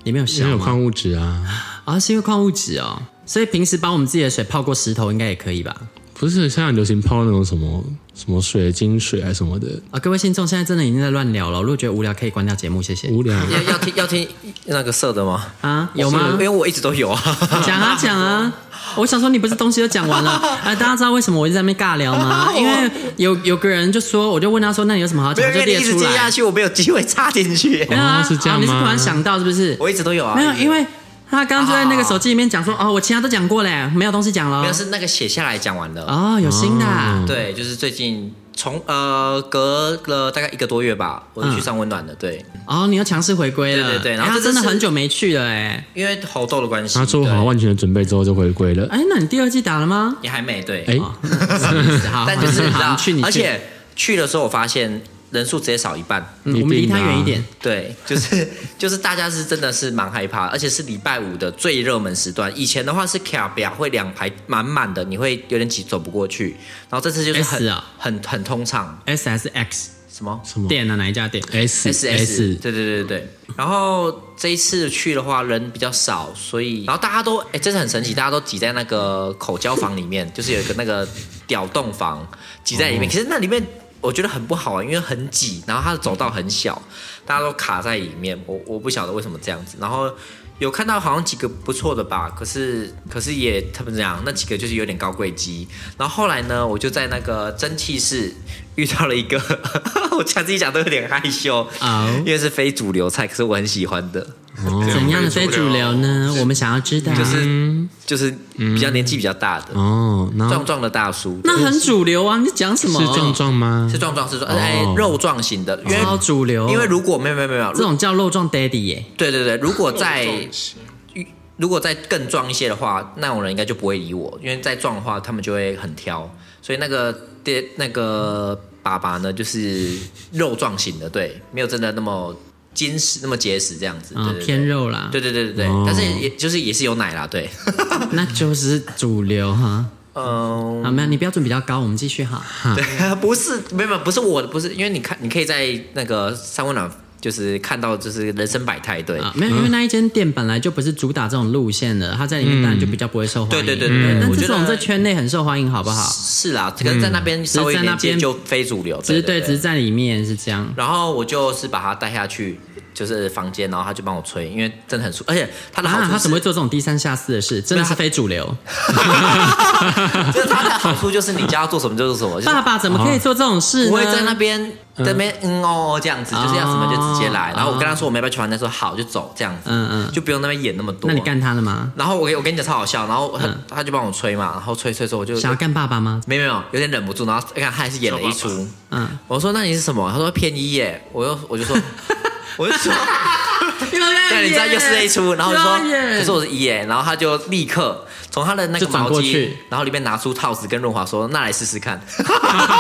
B: 里面有
E: 没
B: 香
E: 有
B: 吗？
E: 矿物质啊，
B: 啊，是因为矿物质哦。所以平时把我们自己的水泡过石头，应该也可以吧？
E: 不是现在很流行泡那种什么什么水晶水还是什么的，
B: 啊，各位信众现在真的已经在乱聊了。如果觉得无聊，可以关掉节目，谢谢。
E: 无聊。
C: 要要听要听那个色的吗？
B: 啊，有
C: 因
B: 吗？
C: 为我一直都 有啊。
B: 讲啊讲啊！我想说，你不是东西都讲完了？ 哎、大家知道为什么我一直在那边尬聊吗？因为有有个人就说，我就问他说，那你有什么好
C: 没有，
B: 讲？他
C: 因
B: 就
C: 为你
B: 列
C: 一直
B: 出
C: 接啊下
B: 来。
C: 去，我没有机会插进去。
B: 没有啊，
E: 哦是这样
B: 啊你是突
E: 吗
B: 然想到是不是？
C: 我一直都有啊，
B: 没有，因
C: 为
B: 为他刚刚就在那个手机里面讲说，哦，我其他都讲过嘞，没有东西讲了
C: 没有。是那个写下来讲完的。
B: 哦，有新的啊、
C: 对，就是最近从呃隔了大概一个多月吧，我就
B: 嗯
C: 去上温暖的，对，
B: 哦，你又强势回归了，
C: 对对对然后
B: 哎他
C: 这次
B: 真的
C: 是
B: 很久没去了哎，
C: 因为猴痘的关
B: 啊
C: 系，
E: 他做好
C: 对
E: 万全的准备之后就回归了。
B: 哎，那你第二季打了吗？
C: 也还没对，
E: 哎，
B: 哦好，
C: 但就是你知
B: 啊 好，
C: 道
B: 你去你去，
C: 而且去的时候我发现人数直接少一半。
B: 嗯我们离他远一点。
C: 对， 就是就是大家是真的是蛮害怕，而且是礼拜五的最热门时段。以前的话是卡表会两排满满的，你会有点挤走不过去。然后这次就是很
B: S 啊
C: 很很通畅，
B: S S X
C: 什么
E: 什么
B: 店啊，哪一家店？
E: S
C: S S，对对对对。然后这一次去的话人比较少，所以然后大家都哎，真是很神奇，大家都挤在那个口交房里面，就是有一个那个屌洞房挤在里面。可是那里面我觉得很不好啊玩，因为很挤，然后它的走道很小，大家都卡在里面。我我不晓得为什么这样子。然后有看到好像几个不错的吧，可是可是也他们这样，那几个就是有点高贵鸡。然后后来呢，我就在那个蒸汽室遇到了一个， 我讲自己讲都有点害羞
B: 哦
C: 因为是非主流菜，可是我很喜欢的，
B: 怎样的非主流呢？我们想要知道。嗯
C: 就是就是比较年纪比较大的、
E: 哦，然
C: 壮
E: 后
C: 壮的大叔，
B: 那很主流啊！你讲什么？
E: 是壮壮吗？
C: 是壮壮是壮，哎、肉状型的，因为、
B: 超哦主流，
C: 因为如果没有没有没有
B: 这种叫肉壮 daddy 耶。
C: 对对对，如果再如果再更壮一些的话，那种人应该就不会理我，因为再壮的话，他们就会很挑。所以那个爹那个爸爸呢，就是肉壮型的，对，没有真的那么坚实、那么结实这样子，对
B: 啊
C: 对，对
B: 偏。肉哦啦，
C: 对对对对对，但是也就是也是有奶啦，对，
B: 那就是主流哈。
C: 嗯，
B: 好，没有，你标准比较高，我们继续哈。
C: 对， 不是，没有没有，不是我的，不是，因为你看，你可以在那个三温暖就是看到就是人生百态，对，
B: 啊，没有，因为那一间店本来就不是主打这种路线的，它在里面当然就比较不会受欢迎。
C: 嗯
B: 嗯
C: 对对对对对
B: 但
C: 我
B: 这
C: 觉得
B: 种在圈内很受欢迎，好不好？
C: 是啦，可能在那边稍微有
B: 只是在
C: 点
B: 那边
C: 接就非主流，
B: 只是
C: 对
B: 嗯对，只是在里面是这样。
C: 然后我就是把他带下去，就是房间，然后他就帮我吹，因为真的很舒服，而且他的好处
B: 啊，
C: 是、啊
B: 他怎么会 做这种低三下四的事？真的是非主流。
C: 就是他的好处就是你叫他做什么就做什么，就是哦
B: 爸爸怎么可以做这种事呢？
C: 不会在那边在那边嗯哦哦这样子，就是要什么就直接来。
B: 哦
C: 然后我跟他说我没办法穿，他说好就走这样子，
B: 嗯嗯
C: 就不用那边演那么多。
B: 那你干他了吗？
C: 然后我跟我跟你讲超好笑，然后他、他就帮我吹嘛，然后吹吹吹我就
B: 嗯想要干爸爸吗？
C: 没有没有有点忍不住，然后看他还是演了一出。
B: 嗯，
C: 我说那你是什么？他说偏一耶，我又我就 说我就说。 对，你知道又是这一出，然后我就说，可是我是 E 哎，然后他就立刻从他的那个
B: 就转
C: 毛
B: 过
C: 巾
B: 去，
C: 然后里面拿出套子跟润滑说，那来试试 看，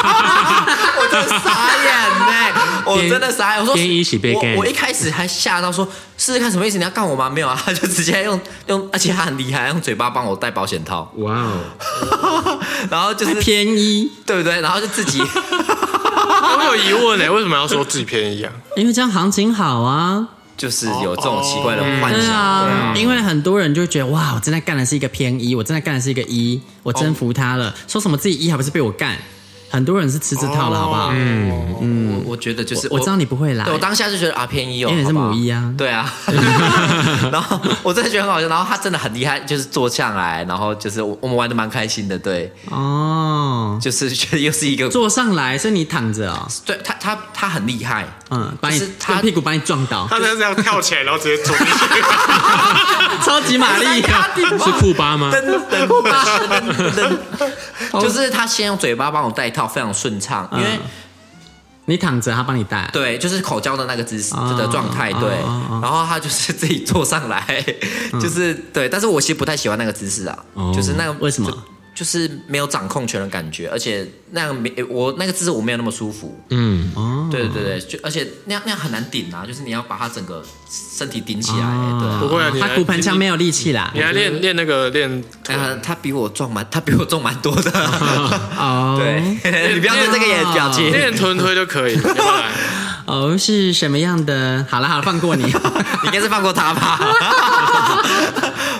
C: 我真的傻眼呢、我真的傻眼，我说
E: 边一起被干
C: 我我一开始还吓到说试试看什么意思，你要干我吗？没有啊，他就直接用用，而且他很厉害，用嘴巴帮我戴保险套，
E: 哇哦，
C: 然后 就是
B: 偏一，
C: 对不对？然后就自己，
G: 我有疑问欸呢，为什么要说自己便宜啊？
B: 因为这样行情好啊。
C: 就是有这种奇怪的幻
B: 对
C: 想，
B: 啊，因为很多人就觉得哇，我正在干的是一个偏一，我正在干的是一个一，我征服
C: 哦
B: 他了。说什么自己一还不是被我干？很多人是吃这套了，好不好？
G: 嗯，
C: 嗯，我觉得就是
B: 我知道你不会啦
C: 哦对，我当下就觉得啊，偏一哦，
B: 因为你是
C: 好吧
B: 母一啊
C: 对 啊。 然后我真的觉得很好笑，然后他真的很厉害，就是坐下来，然后就是我我们玩的蛮开心的，对，
B: 哦，
C: 就是觉得又是一个，
B: 坐上来，所以你躺着哦，
C: 对他他他很厉 害，
B: 嗯，把你
C: 就是他
B: 用屁股把你 撞倒，
G: 他这样跳起来，然后直接走进去，
B: 超级玛丽，
E: 是库巴吗？
C: 噔噔噔噔，就是他先用嘴巴帮我戴套，非常顺畅，因为
B: 嗯你躺着，他帮你戴。
C: 对，就是口交的那个姿势
B: 啊
C: 的状态，对
B: 啊啊啊。嗯
C: 然后他就是自 己坐上来，就是对，但是我其实不太喜欢那个姿势啊
E: 哦，
C: 就是那个
B: 为什么
C: 就就是没有掌控权的感觉，而且那样没我那个姿势我没有那么舒服。
E: 嗯，
B: 哦，
C: 对对对，就而且那样那样很难顶啊，就是你要把它整个身体顶起来。
G: 不会啊你来
B: 哦他骨盆腔没有力气啦
G: 你。还练练那个练
C: 对，啊他他比我壮蛮，他比我重蛮多的。
B: 哦，
C: 对，，你不要对这个也表情。
G: 练臀推就可以，要不然
B: 哦，是什么样的？好了好了，放过你。
C: 你应该是放过他吧？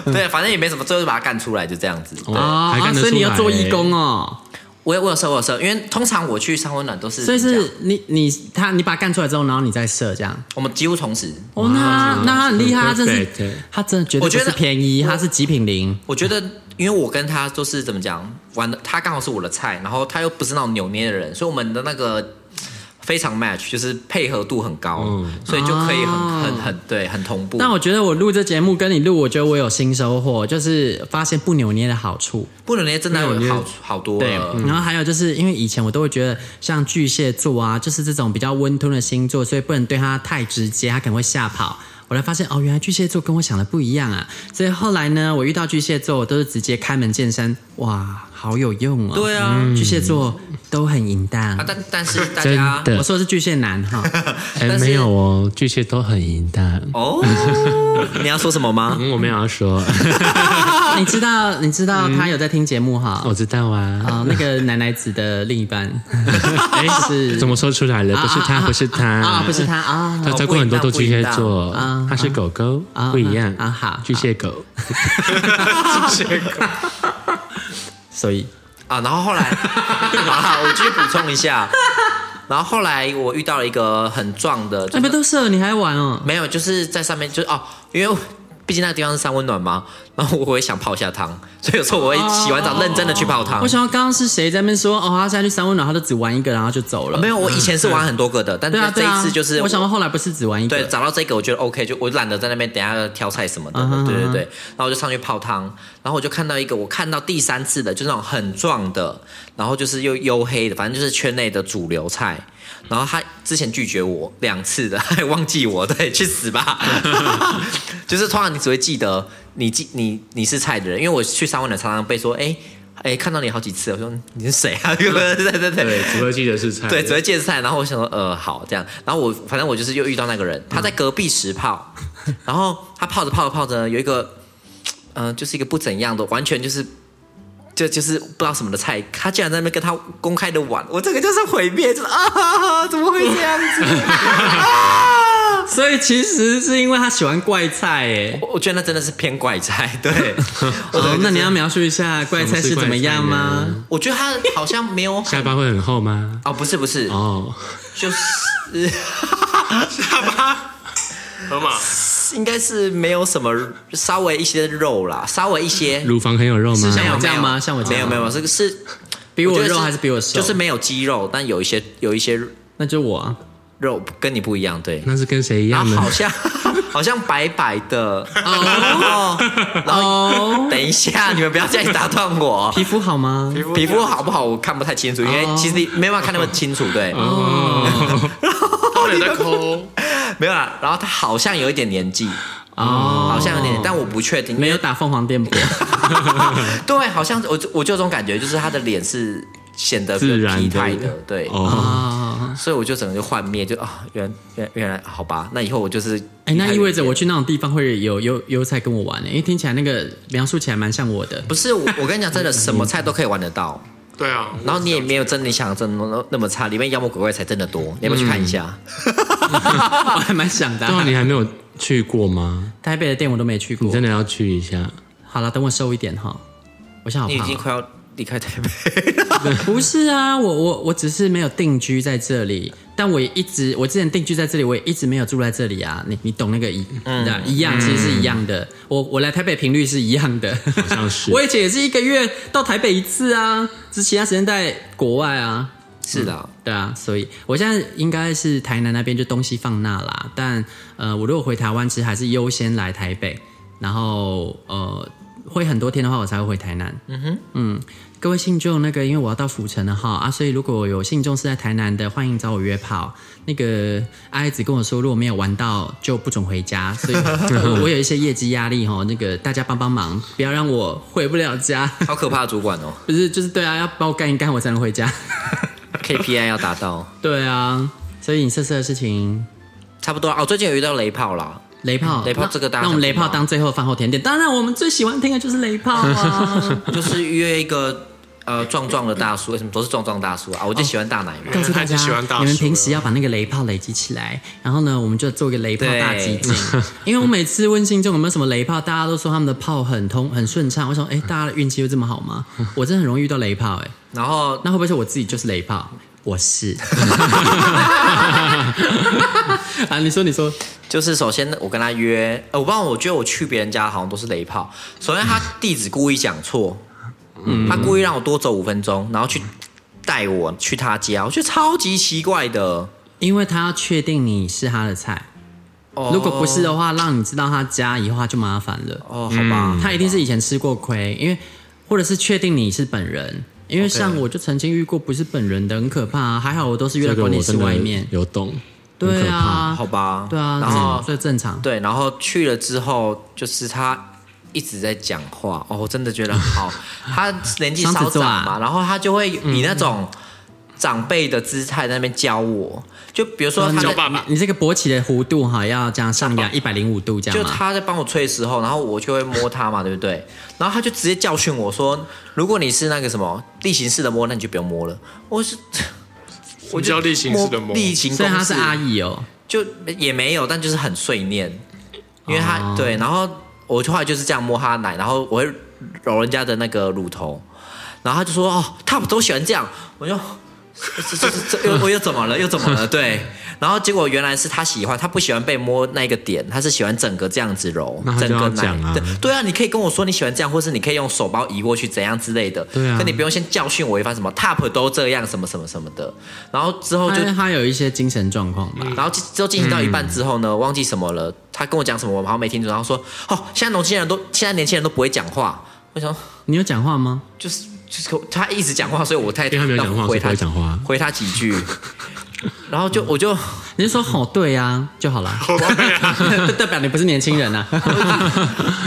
C: 对，反正也没什么，最后就把他干出来，就这样子。对
B: 哦
E: 还，干得
B: 所以你要
E: 出
B: 做
E: 来
B: 义工哦。
C: 我有我有射，我有射，因为通常我去上温暖都是，
B: 所以是你你他你把它干出来之后，然后你再射这样。
C: 我们几乎同时。
B: 哦，那那他很厉害，他真
E: 对对
B: 是他真的绝对
C: 我觉
B: 不
C: 得
B: 是便宜，
C: 我
B: 他是极品零。
C: 我觉得，因为我跟他都是怎么讲，玩的他刚好是我的菜，然后他又不是那种扭捏的人，所以我们的那个非常 match，就是配合度很高，所以就可以很、
B: 哦
C: 很很对，很同步。
B: 但嗯我觉得我录这节目跟你录，我觉得我有新收获，就是发现不扭捏的好处。
C: 不扭捏真的
E: 不扭
C: 有
E: 捏
C: 好好多
B: 对，
C: 了。啊
B: 然后还有就是因为以前我都会觉得像巨蟹座啊，就是这种比较温吞的星座，所以不能对他太直接，他可能会吓跑。我才发现哦，原来巨蟹座跟我想的不一样啊！所以后来呢，我遇到巨蟹座，我都是直接开门见山，哇，好有用哦！
C: 对啊
B: 巨蟹座都很淫荡。
C: 啊，但但是大家
E: 真的
B: 我说的是巨蟹男 哈，
E: 哎、
C: 但是
E: 没有哦，巨蟹都很淫荡。
C: 哦，你要说什么吗？
E: 嗯，我没有要说，
B: 你知道你知道他有在听节目哈？
C: 嗯
E: 我知道啊。
B: 啊，那个奶奶子的另 一半，
E: 哎、
B: 是
E: 怎么说出来了？不是他，不是他
B: 啊，不是他啊
C: 嗯
E: 他照顾很多都巨蟹座
B: 啊，
E: 他是狗狗，
B: 啊
E: 不一样
B: 啊好
E: 巨蟹狗。
B: 所以
C: 啊，然后后来， 好了，我继续补充一下。然后后来我遇到了一个很壮的，
B: 那
C: 就是
B: 哎不都射了，你还玩哦？
C: 没有，就是在上面，就是哦，因为我毕竟那个地方是三温暖嘛， 然后我会想泡一下汤，所以有时候我会洗完澡认真的去泡汤。
B: 哦我想到刚刚是谁在那边说哦，他现在去三温暖，他都只玩一个，然后就走了。
C: 没有，我以前是玩很多个的，但
B: 对啊，
C: 是这
B: 对啊，
C: 一次就是
B: 我想说后来不是只玩一个，
C: 对，找到这个我觉得 OK，就我懒得在那边等一下挑菜什么的
B: 嗯哼
C: 对
B: 嗯
C: 对
B: 哼
C: 对。然后我就上去泡汤，然后我就看到一个，我看到第三次的，就是那种很壮的，然后就是又黝黑的，反正就是圈内的主流菜。然后他之前拒绝我两次的， 还忘记我，对，去死吧！ 就是通常你只会记得你记你你是菜的人，因为我去上完的常常被说，哎哎，看到你好几次，我说你是谁啊？ 对对对对
E: 对，只会记得是
B: 哎
E: 菜。
C: 对，只会芥菜。然后我想说，呃，好这样。然后我反正我就是又遇到那个人，他在隔壁石 泡，然后他泡着泡着泡着呢，有一个，嗯、就是一个不怎样的，完全就是。就就是不知道什么的菜，他竟然在那边跟他公开的玩，我这个就是毁灭，就是啊，怎么会这样子？
B: 所以其实是因为他喜欢怪菜耶。
C: 我我觉得那真的是偏怪菜，对，我
B: 哦，那你要
C: 没？
B: 描述一下怪菜是怎么样
E: 什么是
B: 吗？
E: 怪
C: 我觉得他好像没有 很
E: 下巴会很厚吗？
C: 哦，不是不是，
E: 哦，
C: 就是
G: 河马
C: 应该是没有什么稍微一些肉啦，稍微一些
E: 乳房很有肉吗
B: 是？像
C: 没有
B: 我这样
C: 没
B: 吗？
C: 有
B: 像我这
C: 没有
B: 样吗
C: 没有，没有这个是
B: 比我
C: 觉得
B: 肉还是比我瘦？
C: 就是没有肌肉，但有一些有一些
B: 那就我啊，
C: 肉跟你不一样，
B: 嗯
C: 对。
E: 那是跟谁一
C: 然
E: 样
C: 后
E: 呢？
C: 好像 好像白白的，哦， 然后等一下，你们不要这样打断我。
B: 啊皮肤好吗？
C: 皮肤好不好，我看不太清楚，因为
B: 哦
C: 其实没办法看那么清楚，对，
G: 他们也在抠，
C: 没有啦。然后他好像有一点年纪，
B: 哦，
C: 好像有点，但我不确定，
B: 没有打凤凰电波。
C: 对，好像我就我就有种感觉，就是他的脸是显得
E: 自然的
C: 疲态的，对，
E: 哦，
B: 哦，
C: 所以我就整个就幻灭，就啊，原原原来好吧，那以后我就是
B: 哎，那意味着
C: 我。
B: 我去那种地方会有有有菜跟我玩耶，因为听起来那个描述起来蛮像我的。
C: 不是，我我跟你讲，真的什么菜都可以玩得 到，
G: 对啊，
C: 然后你也没有真的想的那那么差，里面妖魔鬼怪才真的多，你要不要去看一下？
B: 我 还蛮想的啊、
E: 对啊，你还没有去过吗？
B: 台北的店我都没去过
E: 你。真的要去一下。
B: 好了，等我瘦一点哈，我嗯现在好哦
C: 你已经
B: 胖
C: 快要离开台北，
B: 哦。 不是啊，我我我只是没有定居在这里，但我也一直我之前定居在这里，我也一直没有住在这里啊。你你懂那个一、
E: 嗯
B: 那一样，其实是一样的。我我来台北频率是一样的，好
E: 像是
B: 我以前也是一个月到台北一次啊，只是其他时间在国外啊。
C: 是的，
B: 对啊，所以我现在应该是台南那边就东西放那啦，但呃，我如果回台湾，其实还是优先来台北，然后呃，会很多天的话，我才会回台南。嗯哼，嗯，各位信众，那个因为我要到府城了哈啊，所以如果有信众是在台南的，欢迎找我约炮。那个阿爱子跟我说，如果没有玩到就不准回家，所 以我我有一些业绩压力哈，那个大家帮帮忙，不要让我回不了家。
C: 好可怕的主管哦
B: 不是，就是对啊，要帮我干一干，我才能回家。
C: ，KPI 要达到，
B: 对啊，所以你色色的事情，
C: 差不多啊哦。最近有遇到雷炮啦，
B: 雷炮，
C: 嗯雷炮
B: 那
C: 这个大家
B: 那我们雷炮
C: 想不到
B: 当最后的饭后甜点。当然，我们最喜欢听的就是雷炮 啊。
C: 就是约一个呃壮壮的大叔，为什么都是壮壮大叔啊？我就喜欢大奶嘛。
B: 告诉大家
G: 他已经喜欢大，叔
B: 你
G: 了
B: 们平时要把那个雷炮累积起来，然后呢，我们就做一个雷炮大集锦。因为我每次问信众有没有什么雷炮，大家都说他们的炮很通很顺畅。我想，哎、大家的运气又这么好吗？我真的很容易遇到雷炮、哎，
C: 然后
B: 那会不会是我自己就是雷炮？我 是。 啊，你说，你说，
C: 就是首先我跟他约，呃，我不知道，我觉得我去别人家好像都是雷炮。首先他地址故意讲错，
B: 嗯
C: 他故意让我多走五分钟，然后去带我去他家，我觉得超级奇怪的。
B: 因为他要确定你是他的菜，
C: 哦
B: 如果不是的话，让你知道他家以后他就麻烦了。嗯
C: 哦，好吧，
B: 他一定是以前吃过亏，因为或者是确定你是本人，因为像我就曾经遇过不是本人的，很可怕、啊。还好我都是约在
E: 这个
B: 管理
E: 我
B: 室
E: 真
B: 外
E: 的
B: 面，
E: 有懂，很
B: 对
E: 可怕
B: 啊，
C: 好吧，
B: 对啊，
C: 然后
B: 这正常。
C: 对，然后去了之后，就是他一直在讲话，哦，我真的觉得 好，他年纪
B: 双子
C: 稍
B: 座
C: 长
B: 啊嗯
C: 嘛，然后他就会以那种长辈的姿态在那边教我，就比如
B: 啊
C: 说他在
G: 叫爸爸
B: 你这个勃起的弧度哈，要这样上扬一百零五度这样
C: 就
B: 吗？
C: 他在帮我吹的时候，然后我就会摸他嘛，对不对？然后他就直接教训我说：“如果你是那个什么例行式的摸，那你就不要摸了。”我是，我就
G: 叫例行式的摸
C: 例行公事，
B: 所以他是阿姨哦，
C: 就也没有，但就是很碎念，因为他、
B: 哦
C: 对，然后我后来就是这样摸他的奶，然后我会揉人家的那个乳头，然后他就说：“哦，Top 都喜欢这样。”我就。 这这这这又我又怎么了？又怎么 了？对，然后结果原来是他喜欢，他不喜欢被摸那个点，他是喜欢整个这样子揉，
E: 那他就
C: 整个
E: 要
C: 奶
E: 讲。啊
C: 对对啊，你可以跟我说你喜欢这样，或是你可以用手把我移过去怎样之类的。
E: 对啊
C: 可你不用先教训我一番，什么 Top 都这样，什么什么什么的。然后之哦后就
E: 哎
B: 他他有一些精神状况
E: 嗯
B: 吧。
C: 然后之后进行到一半之后呢，忘记什么了，他跟我讲什么，我好像没听懂。然后说，哦，现在年轻人都现在年轻人都不会讲话。我想
B: 你有讲话吗？
C: 就是就是他一直讲话，所以我太
E: 因为他没有讲话
C: 要回
E: 所以不
C: 他
E: 会讲话
C: 回他几 句。然后就我就
B: 你就说好对啊就好了，这 代表你不是年轻人啊。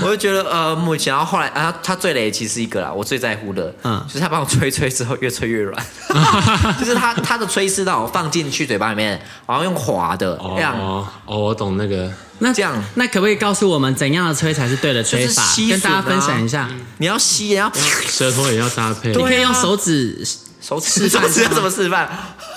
C: 我就觉得呃，目前然后后来啊，他最雷其实是一个啦，我最在乎的，
B: 嗯
C: 嗯，就是他帮我吹吹之后越吹越 软，就是他他的吹是让我放进去嘴巴里面，然后用滑的
E: 哦
C: 这样，
E: 哦，我懂那个，
B: 那
C: 这样
B: 那可不可以告诉我们怎样的吹才是对的吹
C: 就
B: 法
C: 是？吸吮啊
B: 跟大家分享一下。
C: 你要吸，然后
E: 舌头也要搭配。
C: 啊
B: 你可以用手指，
C: 手指
B: 示范
C: 手 指要
B: 是吗
C: 怎么示范？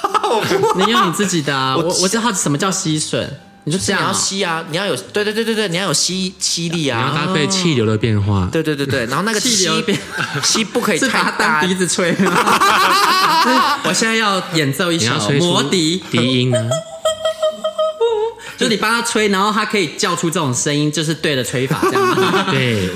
C: 我不
B: 你用你自己的、啊。我
C: 我
B: 我知道什么叫吸吮，你就
C: 你
B: 这样、
C: 要
B: 啊。
C: 吸啊，你要有对对对对对，你要有吸吸力
E: 你要
C: 啊，
E: 搭配气流的变化，
C: 对对对对，然后那个
B: 气
C: 吸
B: 流变
C: 吸不可以
B: 是把它
C: 太
B: 当
C: 大
B: 笛，子吹 吗？我现在要演奏一
E: 你
B: 首
E: 要吹出
B: 魔笛，
E: 笛音啊，
B: 就你帮他吹，然后他可以叫出这种声音，就是对的吹法，这 样吗
E: 对，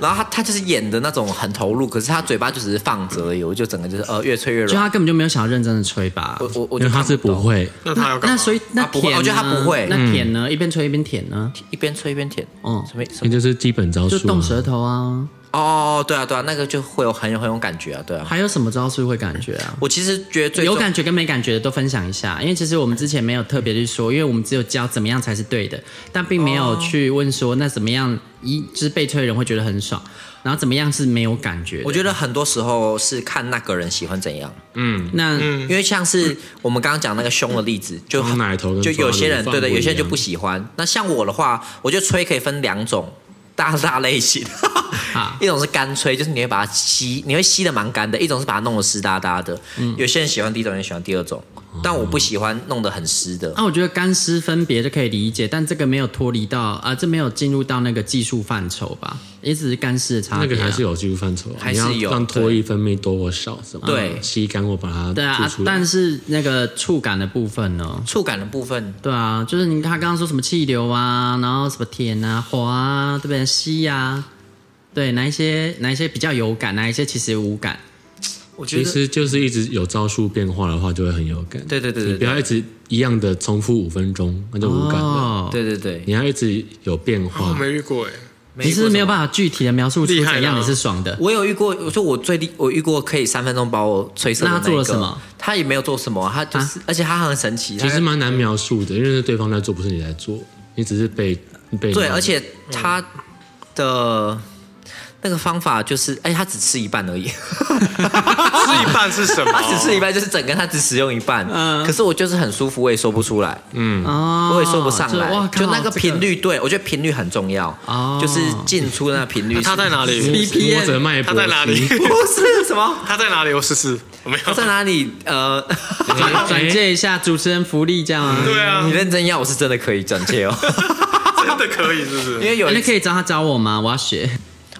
C: 然后他他就是演的那种很投入，可是他嘴巴就只是放着而已，我就整个就是呃越吹越
B: 就
C: 软，
B: 他根本就没有想要认真的吹吧
C: 我？我我就
E: 因为他
C: 看
E: 是
C: 不
E: 不
C: 懂，
E: 会，
G: 那他要干嘛？
B: 那所以那
C: 他不会
B: 舔呢，
C: 我觉得他不会
E: 嗯
B: 那舔呢？一边吹一边舔呢？
C: 一边吹一边舔，
B: 嗯
C: 嗯，什么什
E: 那
C: 么
E: 就是基本招数
B: 就
E: 啊。
B: 动舌头啊。
C: 哦哦哦对啊对啊，那个就会有很有很有感觉啊，对啊，
B: 还有什么招数会感觉啊？
C: 我其实觉得最
B: 有
C: 重
B: 感觉跟没感觉的都分享一下，因为其实我们之前没有特别去说，因为我们只有教怎么样才是对的，但并没
E: 哦
B: 有去问说那怎么样一就是被吹的人会觉得很爽，然后怎么样是没有感觉的。
C: 我觉得很多时候是看那个人喜欢怎样，
B: 那、
E: 嗯
C: 因为像是我们刚刚讲那个胸的例子，就
E: 装嗯奶头跟
C: 就有些人
E: 抓
C: 对对，
E: 乳放不一样
C: 有些人就不喜欢。那像我的话，我觉得吹可以分两种大大类 型
B: 啊，
C: 一种是干吹，就是你会把它吸，你会吸的蛮干的；一种是把它弄得湿哒哒的。
E: 嗯
C: 有些人喜欢第一种，有些人喜欢第二种，
E: 哦
C: 但我不喜欢弄得很湿的。
B: 那啊我觉得干湿分别就可以理解，但这个没有脱离到啊、这没有进入到那个技术范畴吧，也只是干湿的差别、
E: 那
B: 啊。
E: 个还是有技术范畴啊，
C: 还是有
E: 你要让唾液分泌多或少，什么
C: 对
E: 吸干或把它
B: 对啊，
E: 吐
B: 啊
E: 出来。
B: 但是那个触感的部分呢？
C: 触感的部分，
B: 对啊，就是你他刚刚说什么气流啊，然后什么舔啊、滑啊，对不对？吸啊，对，哪一些哪一些比较有感，哪一些其实无感。
C: 我觉
E: 其
C: 得
E: 实就是一直有招数变化的话，就会很有感。
C: 对对对对
E: 你不要一直一样的重复五分钟，那就无感了。
B: 哦，
C: 对对对，
E: 你要一直有变化
G: 哦我，没遇过哎，
B: 你是没有办法具体的描述出
E: 厉害啦
B: 怎样你是爽的。
C: 我有遇过，我说我最低我遇过可以三分钟把我催生的
B: 那他做了
C: 一个
B: 什么？
C: 他也没有做什么，他就是，而且他很神奇，
E: 啊其
C: 他
E: 实蛮难描述的，因为是对方在做，不是你在做，你只是被被
C: 对，
B: 嗯
E: 骂
C: 而且他的那个方法就是，哎，他只吃一半而已，
G: 吃一半是什么？
C: 他只吃一半，就是整个他只使用一半，
B: 嗯
C: 可是我就是很舒服，我也说不出来，
B: 哦
C: 我也说不上
B: 就哇
C: 来，
B: 靠
C: 就那个频
B: 这
C: 率，对我觉得频率很重要
B: 哦，
C: 就是进出那个频率。
G: 他在哪里？
E: 摸摸着脉搏，
G: 他在哪里？
C: 不是什么？
G: 他在哪里？我试试。我没有
C: 他。在哪里？ 呃，
B: 转转介一下主持人福利这样啊。
G: 对啊
C: 你，认真要，我是真的可以转切 哦，
G: 真的可以，是不
C: 因
G: 是？
C: 为有
B: 哎那
C: 人
B: 可以找他找我吗？我要学。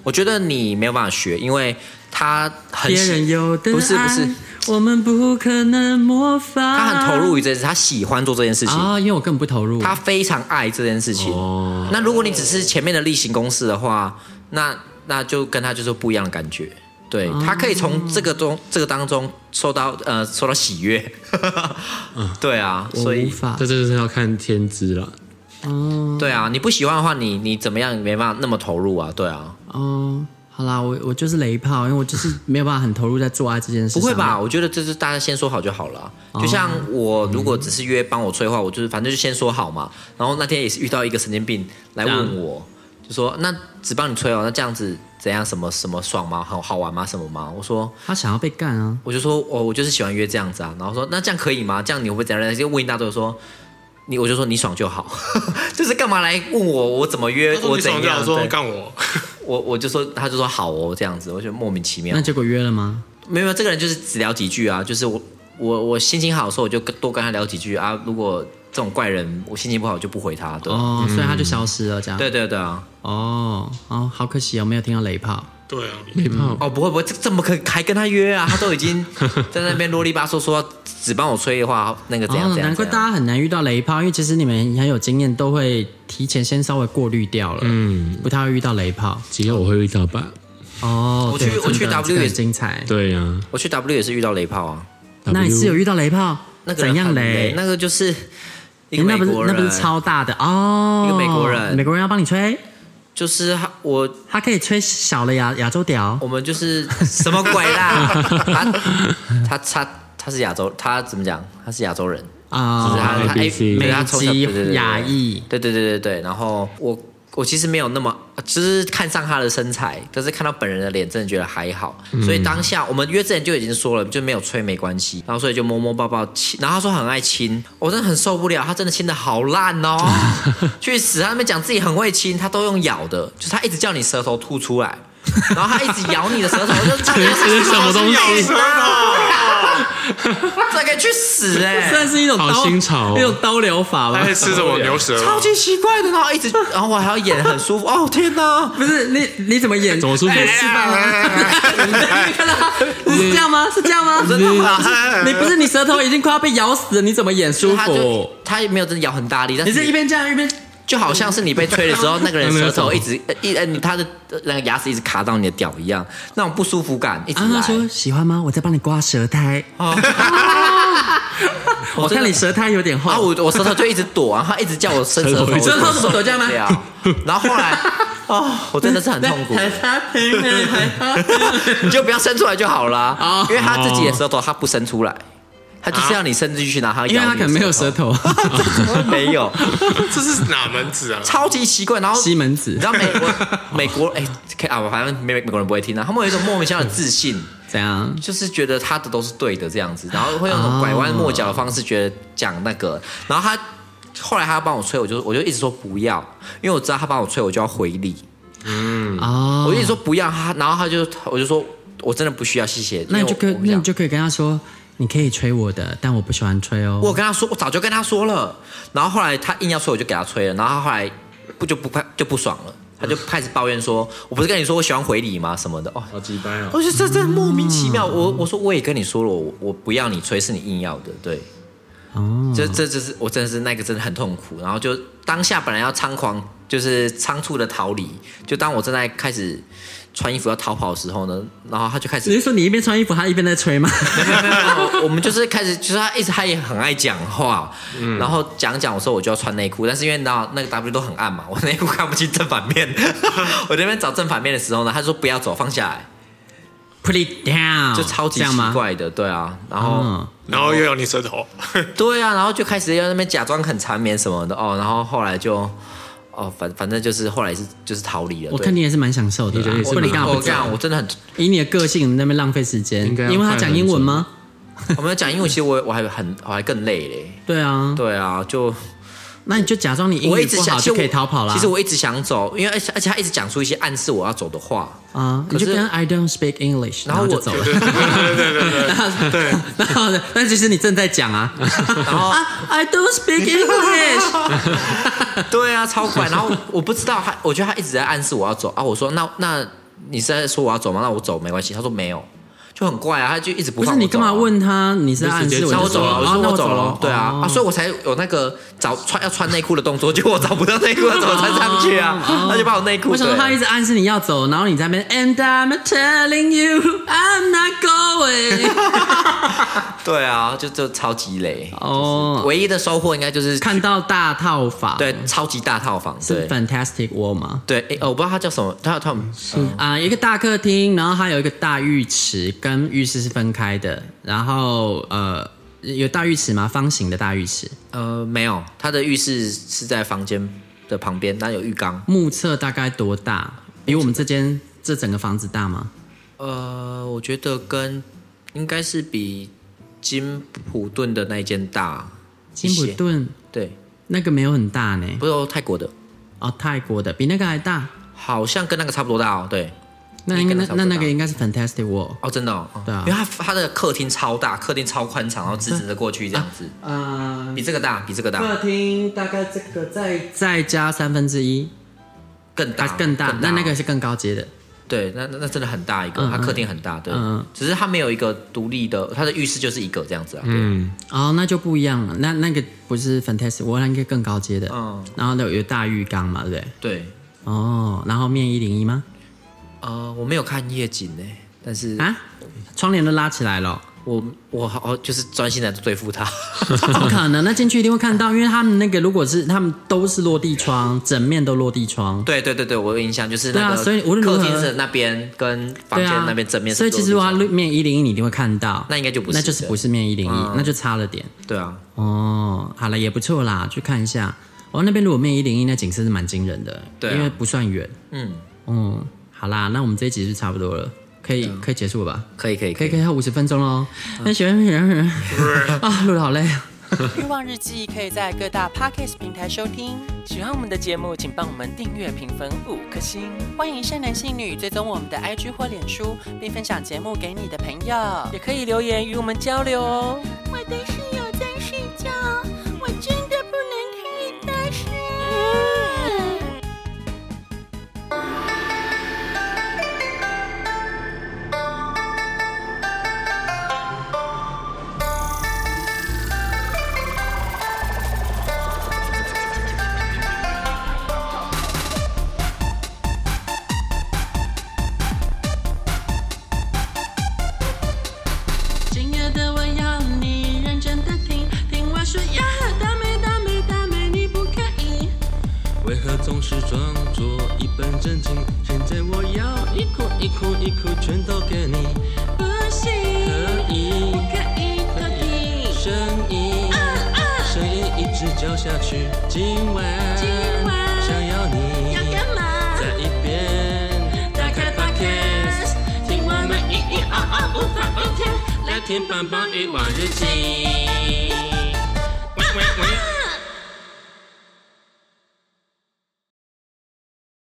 C: 我觉得你没有办法学，因为他很
B: 别人有的
C: 不是不是，
B: 是，我们不可能模仿。
C: 他很投入于这件事，他喜欢做这件事情，
B: 啊，因为我根本不投入。
C: 他非常爱这件事情。
E: 哦
C: 那如果你只是前面的例行公事的话，那那就跟他就是不一样的感觉。对他可以从这个中这个当中受到呃受到喜悦， 对啊，
B: 我
C: 所
B: 无
C: 以
B: 法
E: 这。就是要看天资了。
C: 对啊，你不喜欢的话，你你怎么样也没办法那么投入啊，对啊，
B: 哦，好啦，我我就是雷炮，因为我就是没有办法很投入在做爱这件事。
C: 不会吧？？我觉得这是大家先说好就好了啊、
G: 哦
C: 就像我如果只是约帮我催化，我就是反正就先说好嘛。然后那天也是遇到一个神经病来问我，就说那只帮你催哦，那这样子怎样？什么什么爽吗？好好玩吗？什么吗？我说
B: 他想要被干啊！
C: 我就说我、我就是喜欢约这样子啊。然后说那这样可以吗？这样你会不会怎样？就问一大堆我说。你我就说你爽就好， 就是干嘛来问我我怎么约
G: 他说
C: 我
G: 你
C: 怎
G: 爽就好，
C: 样？ 对
G: 说干我，
C: 我我就说他就说好哦这样子，我觉得莫名其妙
B: 那。结果约了吗？
C: 没有，没有这个人就是只聊几句啊，就是我我我心情好的时候，我就跟多跟他聊几句啊。如果这种怪人，我心情不好我就不回他，对、嗯
B: 哦，所以他就消失了，这样。
C: 对。对对啊。
B: 哦哦，好可惜哦，没有听到雷炮。
G: 对啊，
E: 雷炮，
C: 哦，不会不会，这怎么可还跟他约啊？他都已 经在那边啰里吧嗦说只帮我吹的话，那个怎样
B: 哦，
C: 怎样
B: 难怪
C: 怎样
B: 大家很难遇到雷炮，因为其实你们很有经验，都会提前先稍微过滤掉了，嗯，不太会遇到雷炮。
E: 只有我会遇到吧？
B: 哦，
C: 我去
B: 对
C: 我去
B: 真的
C: W
B: 这个
C: 也
B: 很精彩。
E: 对呀、
C: 我去 W 也是遇到雷炮啊，
B: 那你是有遇到雷炮？
C: 那个人
B: 怎样
C: 很
B: 雷？
C: 那个就是一个
B: 诶那
C: 美
B: 不是
C: 国
B: 那
C: 人，
B: 不是超大的哦，
C: 一个美国人
B: 美国人要帮你吹，
C: 就是他我
B: 他可以吹小的亚亚洲屌
C: 我，们就是什么鬼啦？ 他他他他是亚洲，他怎么讲？他是亚洲人。就是
B: 啊
C: 他他
E: ABC
C: 对他从小
B: 美籍
C: 对对对对
B: 亚裔
C: 对对对对对。然后我我其实没有那么，就是看上他的身材，但是看到本人的脸，真的觉得还好。
E: 嗯
C: 所以当下我们约之前就已经说了，就没有吹没关系。然后所以就摸摸抱抱亲，然后他说很爱亲，我真的很受不了，他真的亲的好烂 哦，去死！他们讲自己很会亲，他都用咬的，就是他一直叫你舌头吐出来。然后他一直咬你的舌头， 我就 这
E: 是什么东西
G: 咬舌头，
C: 啊 这个去死哎、
B: 算是一种
E: 好
B: 刀
E: 新潮哦
B: 一种刀流法
G: 他
B: 吧
G: 在？吃什么牛舌吗？
C: 超级奇怪的，然后一 直，然后我还要演很舒服。哦天哪！
B: 不是你你怎么演？
E: 怎么出去
B: 哎是吧？你看到他是这样吗？是这样吗？
C: 真的吗
B: 你不是你舌头已经快要被咬死了，你怎么演舒
C: 他就
B: 服？
C: 他也没有真的咬很大力，但
B: 你
C: 是
B: 是一边这样一边
C: 就好像是你被吹的时候，那个人舌头一
B: 嗯
C: 直呃一呃，你他的呃那个牙齿一直卡到你的屌一样，那种不舒服感一直
B: 啊？
C: 来
B: 他。说喜欢吗？我在帮你刮舌苔。哦
C: 哦
B: 我看你舌苔有点
C: 啊，
B: 厚，
C: 我我舌头就一直躲，然后他一直叫我伸舌头，
B: 舌头怎么躲这样吗
C: 对啊，然后后 来，哦，我真的是很痛苦。
B: 还差评呢，还 差评
C: 你就不要伸出来就好啦，
B: 哦啊
C: 因为他自己的舌头他不伸出来，他就是要你伸进去，然后他
B: 因为他可能没有舌
C: 舌，
B: 头，
C: 没有，
G: 这是哪门子啊？
C: 超级奇怪。然后
B: 西门子
C: 你知道美 国美国哎、可以啊，我反正美美国人不会听啊，他们有一种莫名其妙的自信，
B: 怎样？
C: 就是觉得他的都是对的这样子，然后会用那种拐弯抹角的方式，觉得讲那个，然后他后来他要帮我吹，我就我就一直说不要，因为我知道他帮我吹，我就要回礼，
B: 哦，
C: 我就一直说不要他，然后他就我就说我真的不需要，谢谢。
B: 那你就
C: 因为我
B: 跟
C: 我不
B: 那
C: 想
B: 你就可以跟他说，你可以吹我的，但我不喜欢吹哦。
C: 我跟他说，我早就跟他说了，然后后来他硬要吹，我就给他吹了，然后他后来不就不快就不爽了，他就开始抱怨说，我不是跟你说我喜欢回礼吗？什么的哦。
E: 好鸡掰哦！
C: 我觉得这真的莫名其妙。我我说我也跟你说了，我我不要你吹，是你硬要的，对。这这就是我真的是那个真的很痛苦，然后就当下本来要猖狂，就是仓促的逃离，就当我正在开始穿衣服要逃跑的时候呢，然后他就开始
B: 你是说你一边穿衣服，他一边在吹吗？
C: 我们就是开始，就是他一直他也很爱讲话，
B: 嗯
C: 然后讲讲，我说我就要穿内裤，但是因为你知道那个 W 都很暗嘛，我内裤看不清正反 面，我这边找正反面的时候呢，他就说不要走，放下来，
B: Put it down，
C: 就超级
B: 啊这样
C: 奇
B: 吗？
C: 怪的，对啊，然后、
B: 嗯，
G: 然后又咬你舌 头，
C: 对啊，然后就开始要那边假装很缠绵什么的哦，然后后来就哦反反正就是后来是就是逃离了，
B: 我
C: 对
B: 看你也是蛮享受的啦。啊
E: 你人也是
C: 我
B: 不
E: 蛮
B: 然你干嘛
C: 我
B: 不
C: 这样，
B: 讲？
C: 我真的很，
B: 以你的个性，你在那边浪费时间
E: 应该，要
B: 因为他讲英文吗？
C: 我们讲英文，其实我我还很我还更累嘞，
B: 对啊，
C: 对啊，就。
B: 那你就假装你英
C: 我一
B: 语
C: 直
B: 不
C: 想，
B: 好
C: 其实
B: 就
C: 我
B: 可以逃跑啦。啊
C: 其实我一直想走，因为而且而且他一直讲出一些暗示我要走的 话，
B: 啊，你
C: 可是
B: 就跟 I don't speak English，
C: 然
B: 然
C: 后
B: 后
C: 我
B: 就走了。对 对对对，然后呢但其实你正在讲啊，然后 I don't speak English，
C: 对啊，超快。然后我不知道他，我觉得他一直在暗示我要走啊。我说那那你是在说我要走吗？那我走没关系。他说没有，就很怪啊，他就一直不
B: 不是
C: 放我走啊
B: 你干嘛？问他？你是在暗
E: 你
B: 示
E: 就直接
C: 那
B: 我
C: 我
B: 就
C: 走了，我
B: 啊
C: 说
B: 那
C: 我走
B: 了哦
C: 了，，对啊，啊，所以我才有那个找穿要穿内裤的动作，结果我找不到内裤，要怎么穿上去啊？
B: 哦
C: 他就把我内裤
B: 为什么
C: 对
B: 他一直暗示你要走，然后你在那边 And I'm telling you I'm not going
C: 对啊，就就超级累。
B: 哦，
C: 唯一的收获应该就是
B: 看到大套法，
C: 对超级大套房，对
B: 是 Fantastic World 吗？
C: 对，诶哦，我不知道他叫什么，他他们
B: 啊、一个大客厅，然后它有一个大浴池，跟浴室是分开的。然后呃，有大浴池吗？方形的大浴池，
C: 呃，没有，他的浴室是在房间的旁边，但有浴缸。
B: 目测大概多大？比我们这间这整个房子大吗？
C: 呃，我觉得跟应该是比金普顿的那一间大一
B: 金
C: 些。
B: 普顿
C: 对，
B: 那个没有很大呢，
C: 不是哦泰国的，
B: 哦，泰国的比那个还大。
C: 好像跟那个差不多大哦。对，
B: 那
C: 应
B: 应
C: 该
B: 该
C: 差不多
B: 那那
C: 大
B: 那个应该是 Fantastic World。
C: 哦，真的哦，哦
B: 对啊
C: 因为他他的客厅超大，客厅超宽敞，然后直直的过去这样子，
B: 呃，
C: 比这个大，比这个大，
B: 客厅大概这个再再加三分之一，
C: 更大
B: 它，更大。那那
C: 哦
B: 个是更高阶的。
C: 对，那那那真的很大一个，
B: 嗯
C: 它
B: 嗯
C: 客厅很大，对
B: 嗯嗯，
C: 只是它没有一个独立的，它的浴室就是一个这样子啊，对
E: 嗯，
B: 哦，那就不一样了。那那个不是 fantastic，我那个更高阶的。
C: 嗯
B: 然后有有大浴缸嘛，对不对？
C: 对，
B: 哦，然后面一零一吗？
C: 呃，我没有看夜景呢，但是
B: 啊，窗帘都拉起 来了，
C: 我我好就是专心的对付它，
B: 怎么可能？那进去一定会看到，因为他们那个如果是他们都是落地窗，整面都落地窗。
C: 对对对对，我有印象，就是那
B: 对
C: 个
B: 啊所以无论如
C: 客
B: 何
C: 厅是那边跟房
B: 对
C: 间
B: 啊，
C: 那边正面是
B: 所
C: 多
B: 以
C: 的地
B: 其
C: 方，
B: 实话面一零一你一定会看到，
C: 那应该就不是嗯
B: 那就是
C: 对
B: 不是面一零一，那就差了点。
C: 对啊，
B: 哦，好了，也不错啦，去看一下。哦，那边如果面一零一，那景色是蛮惊人的，
C: 对啊
B: 因为不算远。
C: 嗯，
B: 嗯，好啦，那我们这一集是差不多了，可以可以结束了吧？
C: 可以啊可以嗯
B: 可以可以，要五十分钟喽。那学员学员 啊，录的好累啊。
D: 欲望日记可以在各大 podcast 平台收听。喜欢我们的节目，请帮我们订阅、评分五颗星。欢迎善男信女追踪我们的 IG 或脸书，并分享节目给你的朋友，也可以留言与我们交流哦。
A: 我的室友在睡觉，我真的不能开大声。今夜的我要你认真的听，听我说呀，大美大美大美，你不可以。
E: 为何总是装作一本正经？现在我要一哭一哭一哭，全都给你。
A: 不行，
E: 可以
A: 不可以，不可以。
E: 声音，声音一直叫下去。今晚，
A: 今晚
E: 想要你
A: 要干嘛？
E: 在一边打
A: 打
E: 开
A: 开
E: Podcast，
A: Podcast，听我们咿咿哦哦无法无天，来
E: 来
A: 听
E: 听
A: 棒
E: 棒
A: 棒
E: 棒
A: 欲
E: 欲
A: 望
E: 望
A: 日
E: 日
A: 记。
E: 记。
A: 啊啊啊